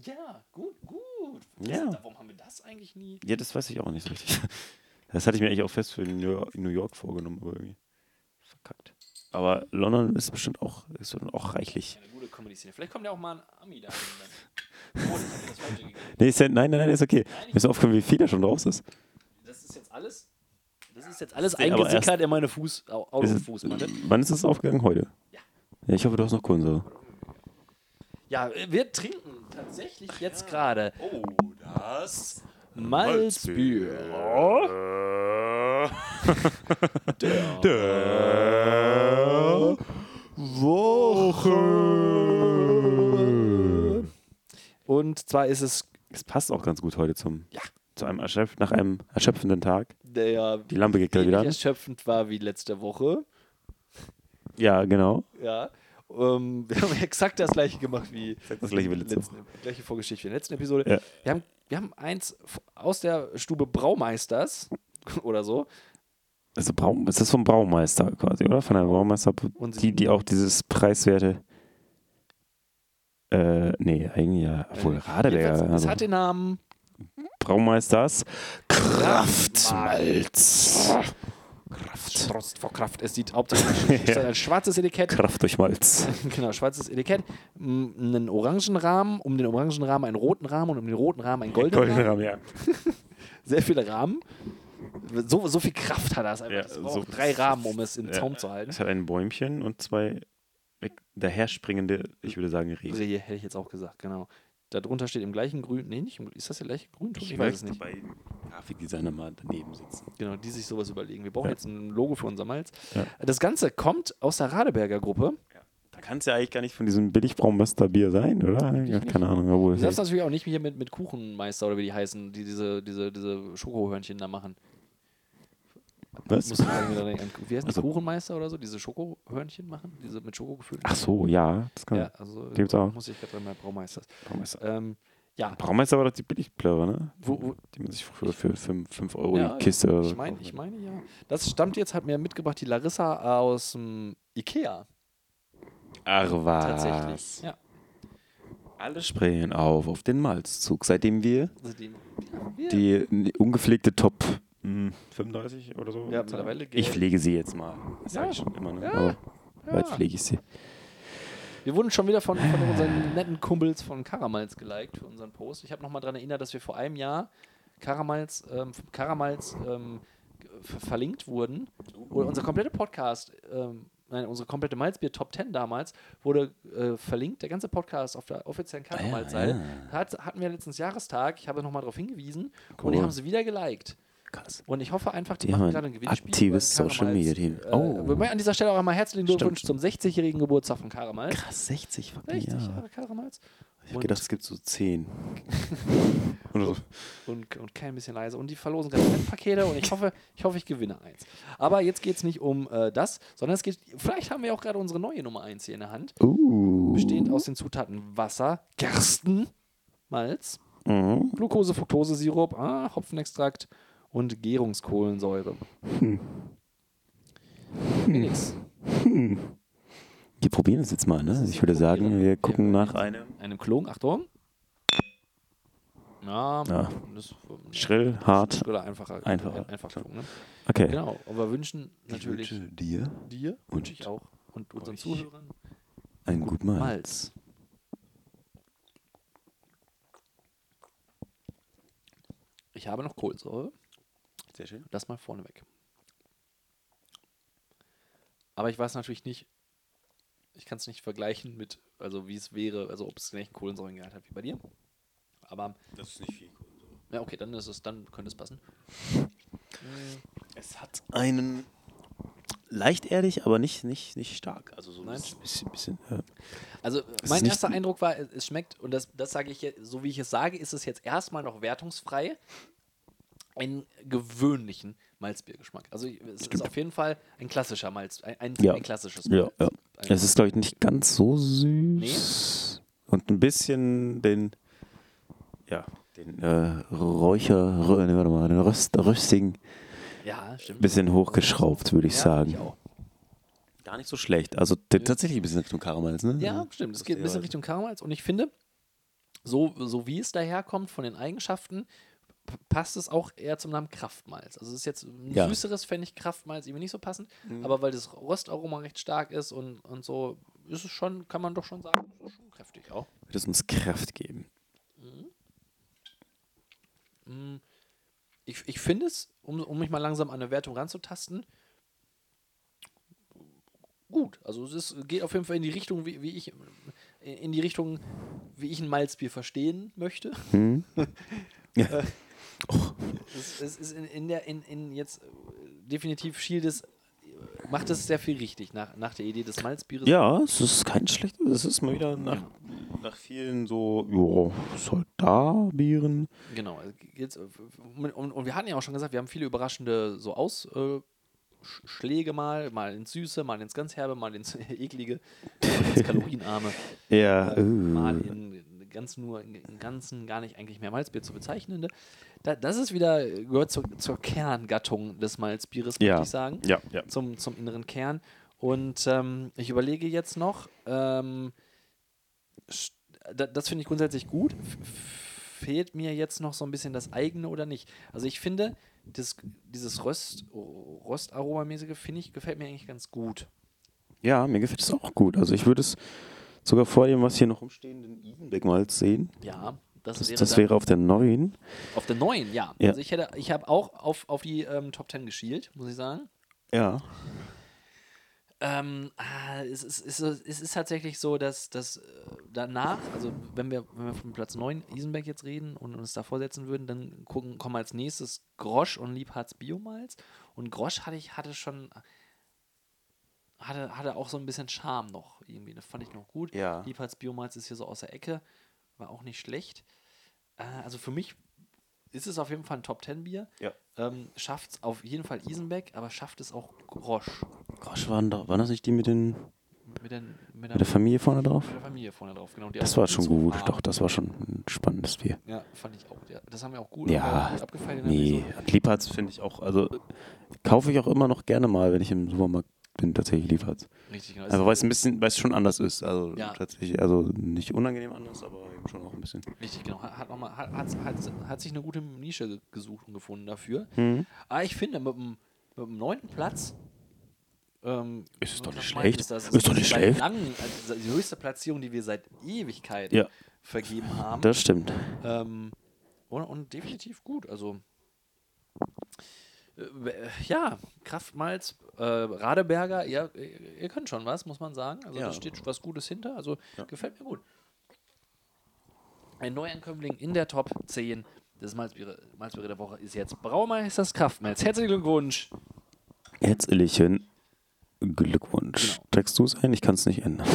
Ja, gut, gut.
Ja.
Das- Warum haben wir das eigentlich nie?
Ja, das weiß ich auch nicht so richtig. Das hatte ich mir eigentlich auch fest für New York, New York vorgenommen, aber irgendwie verkackt. Aber London ist bestimmt auch, ist bestimmt auch reichlich.
Eine gute Comedy-Szene. Vielleicht kommt ja auch mal ein Ami da. hin. Oh, das hat das falsche gegeben.
Nee, ist ja, nein, nein, nein, ist okay. Mir ist aufgefallen, wie viel da schon draus ist.
Das ist jetzt alles. Das ist jetzt alles
Nee, aber
eingesickert in meine Fuß, Au- Auto-
ist
und
es,
Fußmatte.
wann ist es aufgegangen? Heute?
Ja.
Ja, ich hoffe, du hast noch Kohlensäure.
Ja, wir trinken tatsächlich jetzt gerade
Oh, das.
Malzbier.
Der Woche.
Und zwar ist es
Es passt auch ganz gut heute zum,
Ja.
zu einem erschöpf nach einem erschöpfenden Tag.
der
Die Lampe geht gerade wieder
ähnlich
an.
erschöpfend war wie letzte Woche.
Ja, genau.
Ja. Ähm, wir haben exakt das gleiche gemacht wie
das gleiche wie letzte
letzten, gleiche Vorgeschichte wie in der letzten Episode.
Ja.
Wir, haben, wir haben eins f- aus der Stube Braumeisters oder so.
Also Braum, es ist vom Braumeister quasi, oder? Von einem Braumeister,
Und
die, die auch dieses preiswerte. Äh, nee, eigentlich ja.
Äh,
Obwohl,
Jedenfalls,
Radeberger.
Es
Also,
hat den Namen
Braumeisters. Kraftmalz.
Kraft. Trost vor Kraft. Es sieht hauptsächlich es hat ein schwarzes Etikett.
Kraft durch Malz.
Genau, schwarzes Etikett, m, einen orangen Rahmen, um den orangen Rahmen einen roten Rahmen und um den roten Rahmen einen goldenen Rahmen.
Goldener Rahmen, ja.
Sehr viele Rahmen. So, so viel Kraft hat das einfach.
Ja,
das
so-
braucht drei Rahmen, um es im
Ja.
Zaum zu halten.
Es hat ein Bäumchen und zwei weg- daherspringende, ich würde sagen, Regen.
Rehe hätte ich jetzt auch gesagt, genau. Darunter steht im gleichen Grün, nee, nicht, im- ist das der gleiche Grünton? Ich, weiß es nicht.
bei Grafikdesigner mal daneben sitzen.
Genau, die sich sowas überlegen. Wir brauchen
Ja.
jetzt ein Logo für unser Malz.
Ja.
Das Ganze kommt aus der Radeberger Gruppe.
Da kann es ja eigentlich gar nicht von diesem Billigbraumeister Bier sein, oder? Ja, keine Ahnung, obwohl.
Du darfst natürlich auch nicht hier mit, mit Kuchenmeister oder wie die heißen, die diese, diese, diese Schokohörnchen da machen.
Was?
Muss ich sagen, wieder denken. Wie heißen die
Also-
Kuchenmeister oder so? Diese Schokohörnchen machen? Diese mit Schoko gefüllt?
Ach so, ja, das kann
Ja, also
Gibt's auch.
muss ich gerade bei meinem Braumeister.
Braumeister.
Ähm, ja,
Braumeister war doch die Billigplörre, ne?
Wo- wo-
die man sich früher für 5 Euro
Ja,
die Kiste oder so
ich meine,
kaufen
ich meine ja. Das stammt jetzt, hat mir mitgebracht die Larissa aus dem Ikea.
kann. Ach was.
Tatsächlich. Ja.
Alle sprayen auf, auf den Malzzug, seitdem wir
Also die, ja, die
die n- ungepflegte Top hm, 35 oder so.
Ja,
zahlen.
mittlerweile geht-
ich pflege sie jetzt mal. Das
Ja.
sage ich schon immer, ne?
Ja.
Aber
Ja.
bald pflege ich sie.
wir wurden schon wieder von, von unseren netten Kumpels von Karamals geliked für unseren Post. Ich habe nochmal daran erinnert, dass wir vor einem Jahr Karamals, ähm, vom Karamals ähm, g- ver- verlinkt wurden.
Oh.
Oder unser kompletter Podcast, ähm, nein, unsere komplette Malzbier Top 10 damals wurde äh, verlinkt. Der ganze Podcast auf der offiziellen
Ah ja,
Karamals-Seite.
ja.
Hat, hatten wir letztens Jahrestag. Ich habe nochmal darauf hingewiesen. Und die
Cool.
haben sie wieder geliked.
Krass.
Und ich hoffe einfach, die,
Die
machen
haben
gerade ein
ein
Gewinnspiel.
aktives
beim
Social
Karamals.
Media Team.
Äh,
Oh.
Wir möchten an dieser Stelle auch einmal herzlichen
Stimmt.
Glückwunsch zum 60-jährigen Geburtstag von Karamals.
Krass, 60 fucking
60
Jahre.
Jahre Karamals.
Ich habe gedacht, es gibt so 10. oder so.
Und, und kein bisschen leise. Und die verlosen gerade Pakete und ich hoffe, ich hoffe, ich gewinne eins. Aber jetzt geht es nicht um äh, das, sondern es geht, vielleicht haben wir auch gerade unsere neue Nummer 1 hier in der Hand.
Uh.
Bestehend aus den Zutaten Wasser, Gersten, Malz,
Mhm.
Glucose, Fructose-Sirup, ah, Hopfenextrakt und Gärungskohlensäure.
Hm.
Nix.
Wir probieren es jetzt mal, ne? Ich würde sagen, wir gucken nach einem
genau. Einem Klon, Achtung. Ja,
Ja.
das
schrill, hart.
oder einfacher.
Einfacher.
Einfach Klon, ne?
Okay.
Genau, aber wünschen natürlich
Ich wünsche dir
dir
und
ich auch und unseren
euch
Zuhörern
einen guten Mal.
Malz. Ich habe noch Kohlsäure,
Sehr schön.
das mal vorneweg. Aber ich weiß natürlich nicht, ich kann es nicht vergleichen mit, also wie es wäre, also ob es den echten Kohlensäurengehalt hat wie bei dir. Aber,
Das ist nicht viel Kohlensäure.
ja, okay, dann ist es, dann könnte es passen.
Es hat einen leicht erdig, aber nicht, nicht, nicht stark. Also so ein
Nein.
bisschen, bisschen, bisschen ja.
Also äh,
ist
mein
nicht-
erster Eindruck war, es es schmeckt, und das, das sage ich jetzt, so wie ich es sage, ist es jetzt erstmal noch wertungsfrei, einen gewöhnlichen Malzbiergeschmack. Also es ist auf jeden Fall ein klassischer Malz, ein, ein,
Ja.
ein klassisches
Ja, ja.
Ein-
Es ist, glaube ich, nicht ganz so süß. Und ein bisschen den, ja, den äh, Räucher, rö- nee, warte mal, den Röst, Röstigen
ja, stimmt.
ein bisschen hochgeschraubt, würde ich
Ja,
sagen.
ich auch.
Gar nicht so schlecht. Also t- tatsächlich ein bisschen Richtung Karamalz, ne?
Ja, stimmt. Es geht ein bisschen Richtung Karamals. Und ich finde, so, so wie es daherkommt von den Eigenschaften, p- passt es auch eher zum Namen Kraftmalz. Also es ist jetzt ein
Ja.
süßeres, fände ich Kraftmalz irgendwie nicht so passend. Aber weil das Röstaroma recht stark ist und, und so, ist es schon, kann man doch schon sagen, es ist schon kräftig auch.
Wird es uns Kraft geben.
Ich, ich finde es, um, um mich mal langsam an eine Wertung ranzutasten, gut. Also es ist, geht auf jeden Fall in die Richtung, wie, wie ich in die Richtung, wie ich ein Malzbier verstehen möchte. Äh, es, es ist in, in der in, in jetzt äh, definitiv Shield es macht es sehr viel richtig nach, nach der Idee des Malzbieres.
Ja, es ist kein schlechtes. Es ist mal wieder nach, nach vielen so, ja, Soldarbieren.
Genau. also Jetzt, äh, und, und wir hatten ja auch schon gesagt, wir haben viele überraschende so Ausschläge mal, mal ins Süße, mal ins ganz Herbe, mal ins Eklige, mal ins Kalorienarme,
Ja,
äh, mal
äh.
in ganz nur in, in ganzen gar nicht eigentlich mehr Malzbier zu bezeichnende. Da, das ist wieder äh, gehört zur, zur Kerngattung des Malzbieres, würde
ja.
ich sagen
ja, ja.
zum, zum inneren Kern. Und ähm, ich überlege jetzt noch, ähm, sch- da, das finde ich grundsätzlich gut. F- f- Fehlt mir jetzt noch so ein bisschen das eigene oder nicht? Also ich finde, das, dieses Röst, Rostaromamäßige finde ich, gefällt mir eigentlich ganz gut.
Ja, mir gefällt es auch gut. Also ich würde es sogar vor dem, was hier noch rumstehenden Isenbeck mal sehen.
Ja, das,
Das,
wäre,
das
dann
wäre auf der neuen.
auf der neuen, ja.
Ja.
Also ich hätte, ich habe auch auf, auf die ähm, Top 10 geschielt, muss ich sagen.
Ja.
Ähm, ah, es, ist, es, ist, es ist tatsächlich so, dass, dass äh, danach, also wenn wir, wenn wir von Platz 9 Isenberg jetzt reden und uns davor setzen würden, dann gucken, kommen als nächstes Grosch und Liebharz Biomalz. Und Grosch hatte ich hatte schon, hatte, hatte auch so ein bisschen Charme noch irgendwie. Das fand ich noch gut.
Ja.
Liebharz Biomalz ist hier so aus der Ecke, war auch nicht schlecht. Äh, also für mich ist es auf jeden Fall ein Top 10 Bier.
Ja.
Ähm, schafft es auf jeden Fall Isenbeck, aber schafft es auch Grosch.
Gosh, waren, da, waren das nicht die mit, den,
Mit, den, mit, der,
mit der Familie vorne drauf?
mit der Familie vorne drauf, genau. Die
Das
auch
war schon
so
gut.
warm.
Doch, das war schon ein spannendes Bier.
Ja, fand ich auch. Ja, das haben wir auch gut, haben wir
Ja,
gut abgefeiert. in der
nee.
Episode.
Liebharz finde ich auch, also äh, kaufe ich auch immer noch gerne mal, wenn ich im Supermarkt bin, tatsächlich Liebharz.
Richtig, genau.
Einfach weil es ein bisschen, weil es schon anders ist. Also
Ja.
tatsächlich, also nicht unangenehm anders, aber eben schon auch ein bisschen.
Richtig, genau. Hat, hat, noch mal, hat, hat, hat, hat sich eine gute Nische ge- gesucht und gefunden dafür.
Mhm.
Aber ich finde, mit dem, mit dem neunten Platz. Ähm,
Ist es doch
was
nicht
meint
schlecht.
es, dass
Ist
es
doch nicht
seit
schlecht.
Langem, also die höchste Platzierung, die wir seit Ewigkeiten
Ja.
vergeben haben.
Das stimmt.
Ähm, und, und definitiv gut. Also, äh, äh, ja, Kraftmalz, äh, Radeberger, ja, ihr, ihr könnt schon was, muss man sagen. Also,
Ja.
da steht was Gutes hinter. Also, gefällt mir gut. Ein Neuankömmling in der Top 10 des Malzbier, Malzbier der Woche ist jetzt Braumeisters Kraftmalz. Herzlichen Glückwunsch!
Herzlichen Glückwunsch.
Genau.
Trägst du es ein? Ich kann es nicht ändern.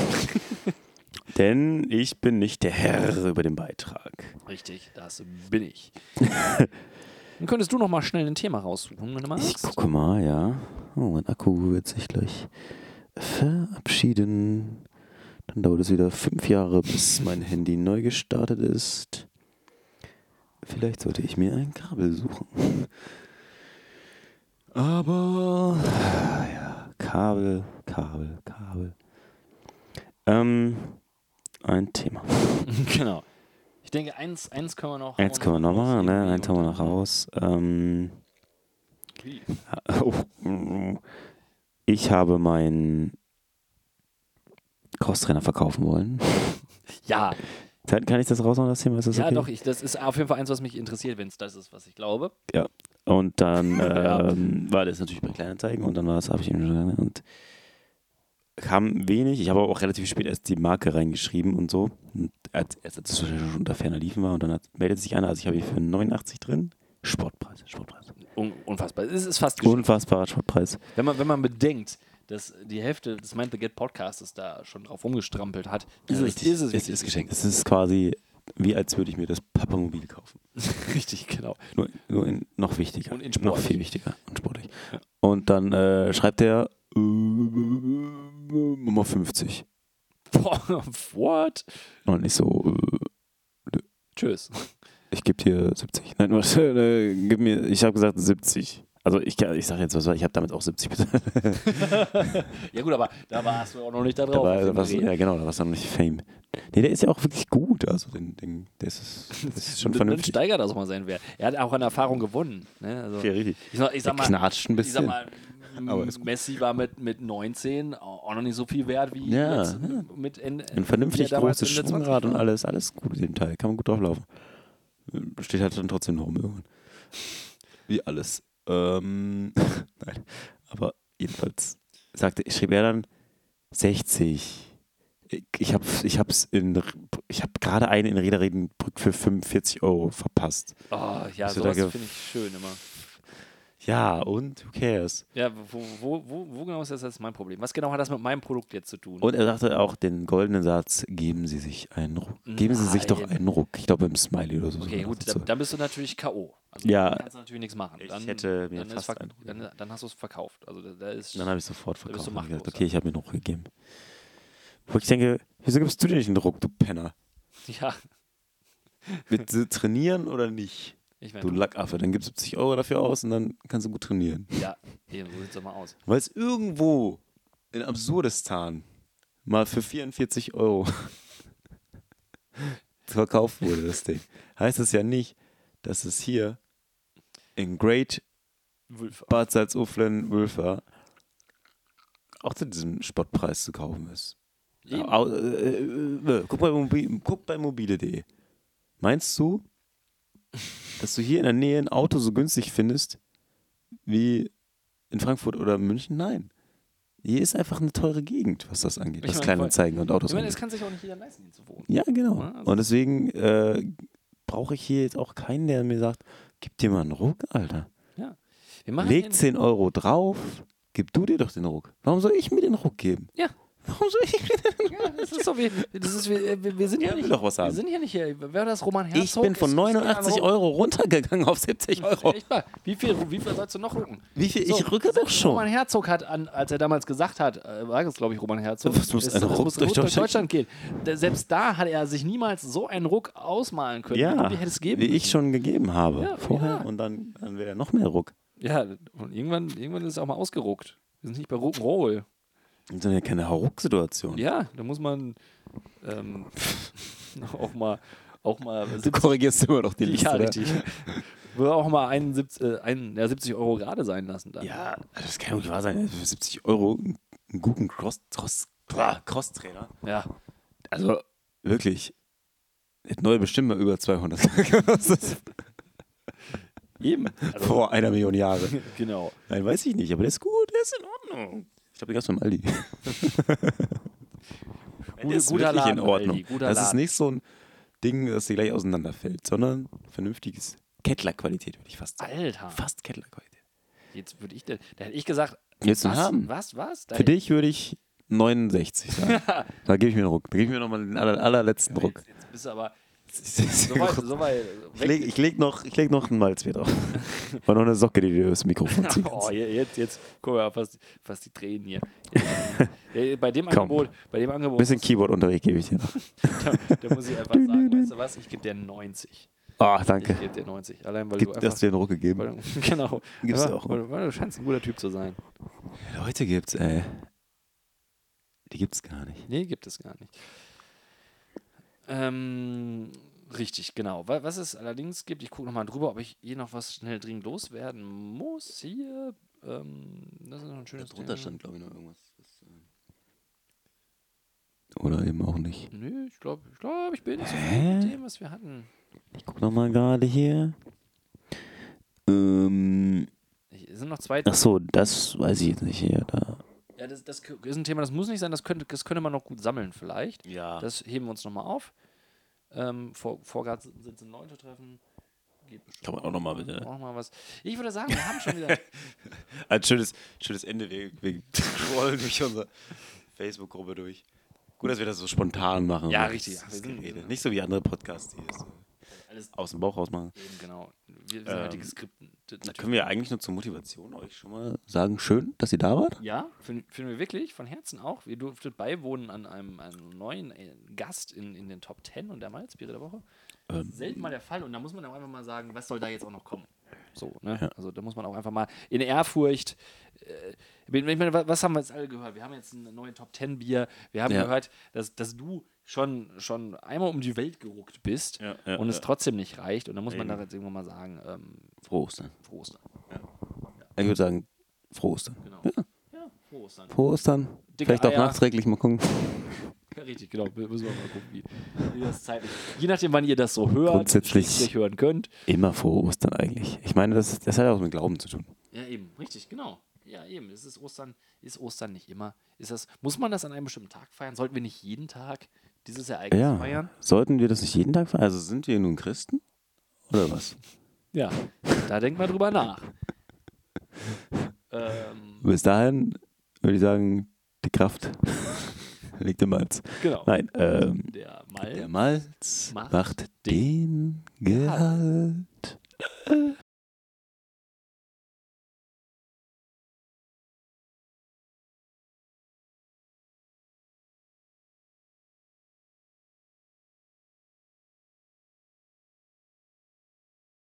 Denn ich bin nicht der Herr über den Beitrag.
Richtig, das bin ich. Dann könntest du noch mal schnell ein Thema raussuchen, wenn du
Ich
magst.
gucke mal, ja. Oh, mein Akku wird sich gleich verabschieden. Dann dauert es wieder fünf Jahre, bis mein Handy neu gestartet ist. Vielleicht sollte ich mir ein Kabel suchen. Aber ja, Kabel, Kabel, Kabel. Ähm, ein Thema.
genau. Ich denke, eins, eins können wir noch.
Eins
hauen
können wir noch
raus
machen,
irgendwie
ne? Eins haben wir
und
noch
dann-
raus. Ähm, oh, ich habe meinen Crosstrainer verkaufen wollen.
Ja,
Kann kann ich das raushauen, das Thema? Ist das
ja
okay?
doch, ich, das ist auf jeden Fall eins, was mich interessiert, wenn es das ist, was ich glaube.
Ja. Und dann
Ja.
ähm, war das natürlich bei Kleinanzeigen und dann war das, habe ich ihm schon gesagt, und ne? kam wenig. Ich habe aber auch relativ spät erst die Marke reingeschrieben und so. Und als, erst als es schon unter ferner Liefen war und dann hat, meldet sich einer, also ich habe hier für 89 drin. Sportpreis, Sportpreis.
Un unfassbar. Es ist fast geschehen.
Unfassbarer Sportpreis.
Wenn man, wenn man bedenkt, dass die Hälfte des Mind the Get Podcasts da schon drauf rumgestrampelt hat, ist, es, ist es
ist,
wirklich
ist geschenkt. Es ist quasi wie als würde ich mir das Papamobil kaufen.
richtig, genau.
Nur, nur in, noch wichtiger.
Und in
noch
sportlich.
viel wichtiger und sportlich. Und dann äh, schreibt er äh, Nummer 50.
Boah, what?
Und ich so, äh,
Tschüss.
ich gebe dir 70. Nein, was, äh, gib mir, ich habe gesagt 70. Also ich, kann- ich sage jetzt, was war, ich habe damit auch 70 bezahlt.
Ja gut, aber da warst du auch noch nicht da
Da
drauf.
war,
auf
da
dem
war's-
Dreh.
ja genau, da war es noch nicht Fame. Nee, der ist ja auch wirklich gut. Also den, den, der ist, das ist schon
dann
vernünftig.
steigert das auch mal sein Wert. Er hat auch an Erfahrung gewonnen. Ne? Also,
Ja, richtig.
ich, sag, ich
Der
sag mal,
knatscht ein
ich sag
bisschen.
mal m-
Aber ist gut.
Messi war mit, mit 19 auch noch nicht so viel wert wie
Ja,
jetzt
ja.
mit N-
Ein vernünftig
wie er damals
großes
Ende 20
Schwungrad und
war.
alles, alles gut in dem Teil. Kann man gut drauflaufen. Steht halt dann trotzdem noch rum irgendwann. Wie alles. Ähm, nein. Aber jedenfalls sagte, schrieb er dann 60. Ich- Ich habe ich hab's in ich habe gerade einen in Rederedenbrück für 45 Euro verpasst.
Oh, ja,
Hast du
sowas
da ge-
finde ich schön immer.
Ja, und who cares?
Ja, wo, wo, wo, wo genau ist das jetzt mein Problem? Was genau hat das mit meinem Produkt jetzt zu tun?
Und er sagte auch den goldenen Satz, geben Sie sich einen Ruck. Geben Sie sich doch
Nein.
einen Ruck. Ich glaube im Smiley oder so.
okay, gut, da,
So.
dann bist du natürlich K.O. Also
Ja.
dann kannst du natürlich nichts machen.
Ich
Dann,
hätte mir
dann, ist
fast
verk-
einen-
dann, dann hast du es verkauft. Also da, da ist
Dann habe ich sofort
bist du
verkauft und hab gesagt,
machtlos,
okay, ich habe mir noch gegeben. Wo ich denke, wieso gibst du dir nicht einen Druck, du Penner?
ja,
Willst du trainieren oder nicht?
ich
Du
meine,
Lackaffe, dann gibst du 70 Euro dafür aus und dann kannst du gut trainieren.
ja, eben, so sieht es doch mal aus.
Weil es irgendwo in Absurdistan mal für 44 Euro verkauft wurde, das Ding. Heißt es ja nicht, dass es hier in Great
Wülfer.
Bad Salzuflen Wülfer auch zu diesem Spottpreis zu kaufen ist.
Eben.
Au- äh, äh, Guck bei, Mobi- guck bei mobile.de. E. Meinst du, dass du hier in der Nähe ein Auto so günstig findest wie in Frankfurt oder München? Nein. Hier ist einfach eine teure Gegend, was das angeht,
Ich
was
meine,
kleine
voll.
Zeigen und Autos
Ich meine, es
angeht.
kann sich auch nicht jeder leisten, hier zu wohnen.
Ja, genau.
Ja, also-
und deswegen äh, brauche ich hier jetzt auch keinen, der mir sagt, gib dir mal einen Ruck, Alter.
Wir machen
Leg
den-
10 Euro drauf, gib du dir doch den Ruck. Warum soll ich mir den Ruck geben?
Ja.
Warum soll ich mir den Ruck
Ja, das ist so, wir, das ist, wir, wir, wir sind
Ja,
ja
will
nicht,
doch was
wir
haben.
sind hier nicht hier. Wer das Roman Herzog?
Ich bin von
ist- ist
89
gerne
Euro runtergegangen auf 70
am
Euro.
Rucken. Echt mal, wie viel, wie viel sollst du noch rücken?
Wie viel?
So,
ich rücke doch
Roman
schon.
Herzog hat, an, als er damals gesagt hat, äh, war es glaube ich Roman Herzog,
Das muss
es-
ein
es
Ruck durch
durch
Deutschland
Deutschland gehen. Da- Selbst da hat er sich niemals so einen Ruck ausmalen können, wie
Ja,
du dir hättest geben
wie ich schon gegeben habe.
Ja,
vorher
ja.
und dann, dann wäre noch mehr Ruck.
Ja, und irgendwann, irgendwann ist es auch mal ausgeruckt. Wir sind nicht bei Rock'n'Roll.
Das ist ja keine Rucksituation.
Ja, da muss man ähm, auch mal auch mal
Du korrigierst immer noch die Liste.
Ja,
oder?
richtig. Würde auch mal 71, äh, ein, ja, 70 Euro gerade sein lassen. Dann.
Ja, das kann ja nicht wahr sein. Für 70 Euro einen guten Cross- Cross- Cross- Cross-Trainer.
ja.
also, wirklich. Hätte neu bestimmt mal über 200 gekostet.
Eben. Also,
Vor einer Million Jahre.
genau.
Nein, weiß ich nicht, aber der ist gut, der ist in Ordnung. Ich glaube, den gab es beim Aldi.
Gute-
Der ist
guter
wirklich
Laden,
in Ordnung.
Aldi, guter
das ist
Laden.
nicht so ein Ding, das dir gleich auseinanderfällt, sondern vernünftiges Kettler-Qualität, würde ich fast sagen.
Alter.
Fast Kettler-Qualität.
Jetzt würde ich, denn- da hätte ich gesagt,
Jetzt
was,
was? haben.
was, was? Da
Für dich würde ich 69 sagen. da gebe ich mir einen Ruck. Da gebe ich mir nochmal den aller, allerletzten Ruck.
Jetzt, jetzt bist du aber so weit, so weit
Ich lege
weg.
ich leg noch, ich leg noch einen Malzbier drauf. Und noch eine Socke, die du übers Mikrofon ziehst.
Oh, je- jetzt, jetzt, guck mal, fast, fast die Tränen hier. Ja, bei dem
Komm.
Angebot, bei dem Angebot,
bisschen Keyboard-Unterricht gebe ich dir noch.
da, da muss ich einfach sagen, weißt du was, ich gebe dir 90.
Ah,
Ich
danke.
gebe dir 90. Allein, weil
Gib,
du
dass
einfach,
du dir einen Ruck gegeben
weil, du- genau,
Gibst du
Aber-
auch.
weil, weil du scheinst ein guter Typ zu sein.
Leute gibt's, ey. Die gibt's gar nicht.
Nee, gibt es gar nicht. Ähm, richtig, genau. Wa- Was es allerdings gibt, ich gucke nochmal drüber, ob ich hier noch was schnell dringend loswerden muss. Hier, ähm, das ist noch ein schönes Thema.
glaube ich, noch irgendwas. äh Oder eben auch nicht.
Nö, ich glaube, ich, glaub, ich bin zufrieden mit
Hä?
dem, was wir hatten.
Ich guck nochmal gerade hier. Ähm,
Ich, es sind noch zwei.
ach so, das weiß ich jetzt nicht hier. Da.
Ja, das, das ist ein Thema, das muss nicht sein, das könnte, das könnte man noch gut sammeln vielleicht.
Ja.
Das heben wir uns nochmal auf. Ähm, vor, Vorgart sind in neun zu treffen. Geht bestimmt
Kann man auch nochmal bitte. ne?
auch noch mal was. Ich würde sagen, wir haben schon wieder.
Ein schönes, schönes Ende. Wir, wir scrollen durch unsere Facebook-Gruppe durch. Gut, dass wir das so spontan machen.
Ja,
Das
richtig.
ist
Wir sind-
Gerede. Nicht so wie andere Podcasts, die das so
Alles
aus dem Bauch raus machen.
eben genau. Wir sind halt die
Ähm,
geskripten.
Da können wir eigentlich nur zur Motivation euch schon mal sagen, schön, dass ihr da wart.
Ja, finden finden wir wirklich von Herzen auch. Ihr durftet beiwohnen an einem, einem neuen äh, Gast in, in den Top 10 und der Malzbiere der Woche. Selten mal der Fall und da muss man auch einfach mal sagen, was soll da jetzt auch noch kommen? So, ne? Also da muss man auch einfach mal in Ehrfurcht. Äh, ich meine, wa- was haben wir jetzt alle gehört? Wir haben jetzt ein neues Top 10 Bier. Wir haben
Ja.
gehört, dass, dass du schon, schon einmal um die Welt geruckt bist
Ja, ja,
und es
ja.
trotzdem nicht reicht. Und da muss man
Eben.
da jetzt irgendwann mal sagen, ähm,
Frohe Ostern.
frohe Ostern.
Ich würde sagen, frohe Ostern.
Genau. Ja, frohe Ostern.
Frohe Ostern.
Dicke
Vielleicht auch
Eier.
nachträglich mal gucken.
Ja, richtig, genau. Wir Müssen wir mal gucken, wie, wie das zeitlich. Je nachdem, wann ihr das so hört,
Grundsätzlich-
schriftlich hören könnt.
Immer frohe Ostern eigentlich. Ich meine, das, das hat ja auch mit Glauben zu tun.
Ja, eben, richtig, genau. Ja, eben. Es ist Ostern, ist Ostern nicht immer. Ist das, muss man das an einem bestimmten Tag feiern? Sollten wir nicht jeden Tag dieses Ereignis
Ja.
feiern?
Sollten wir das nicht jeden Tag feiern? Also sind wir nun Christen? Oder was?
Ja. Da denkt mal drüber nach. ähm,
Bis dahin würde ich sagen, die Kraft liegt im Malz.
genau.
Nein, ähm,
Der Mal.
der Malz
Macht
macht, den Gehalt.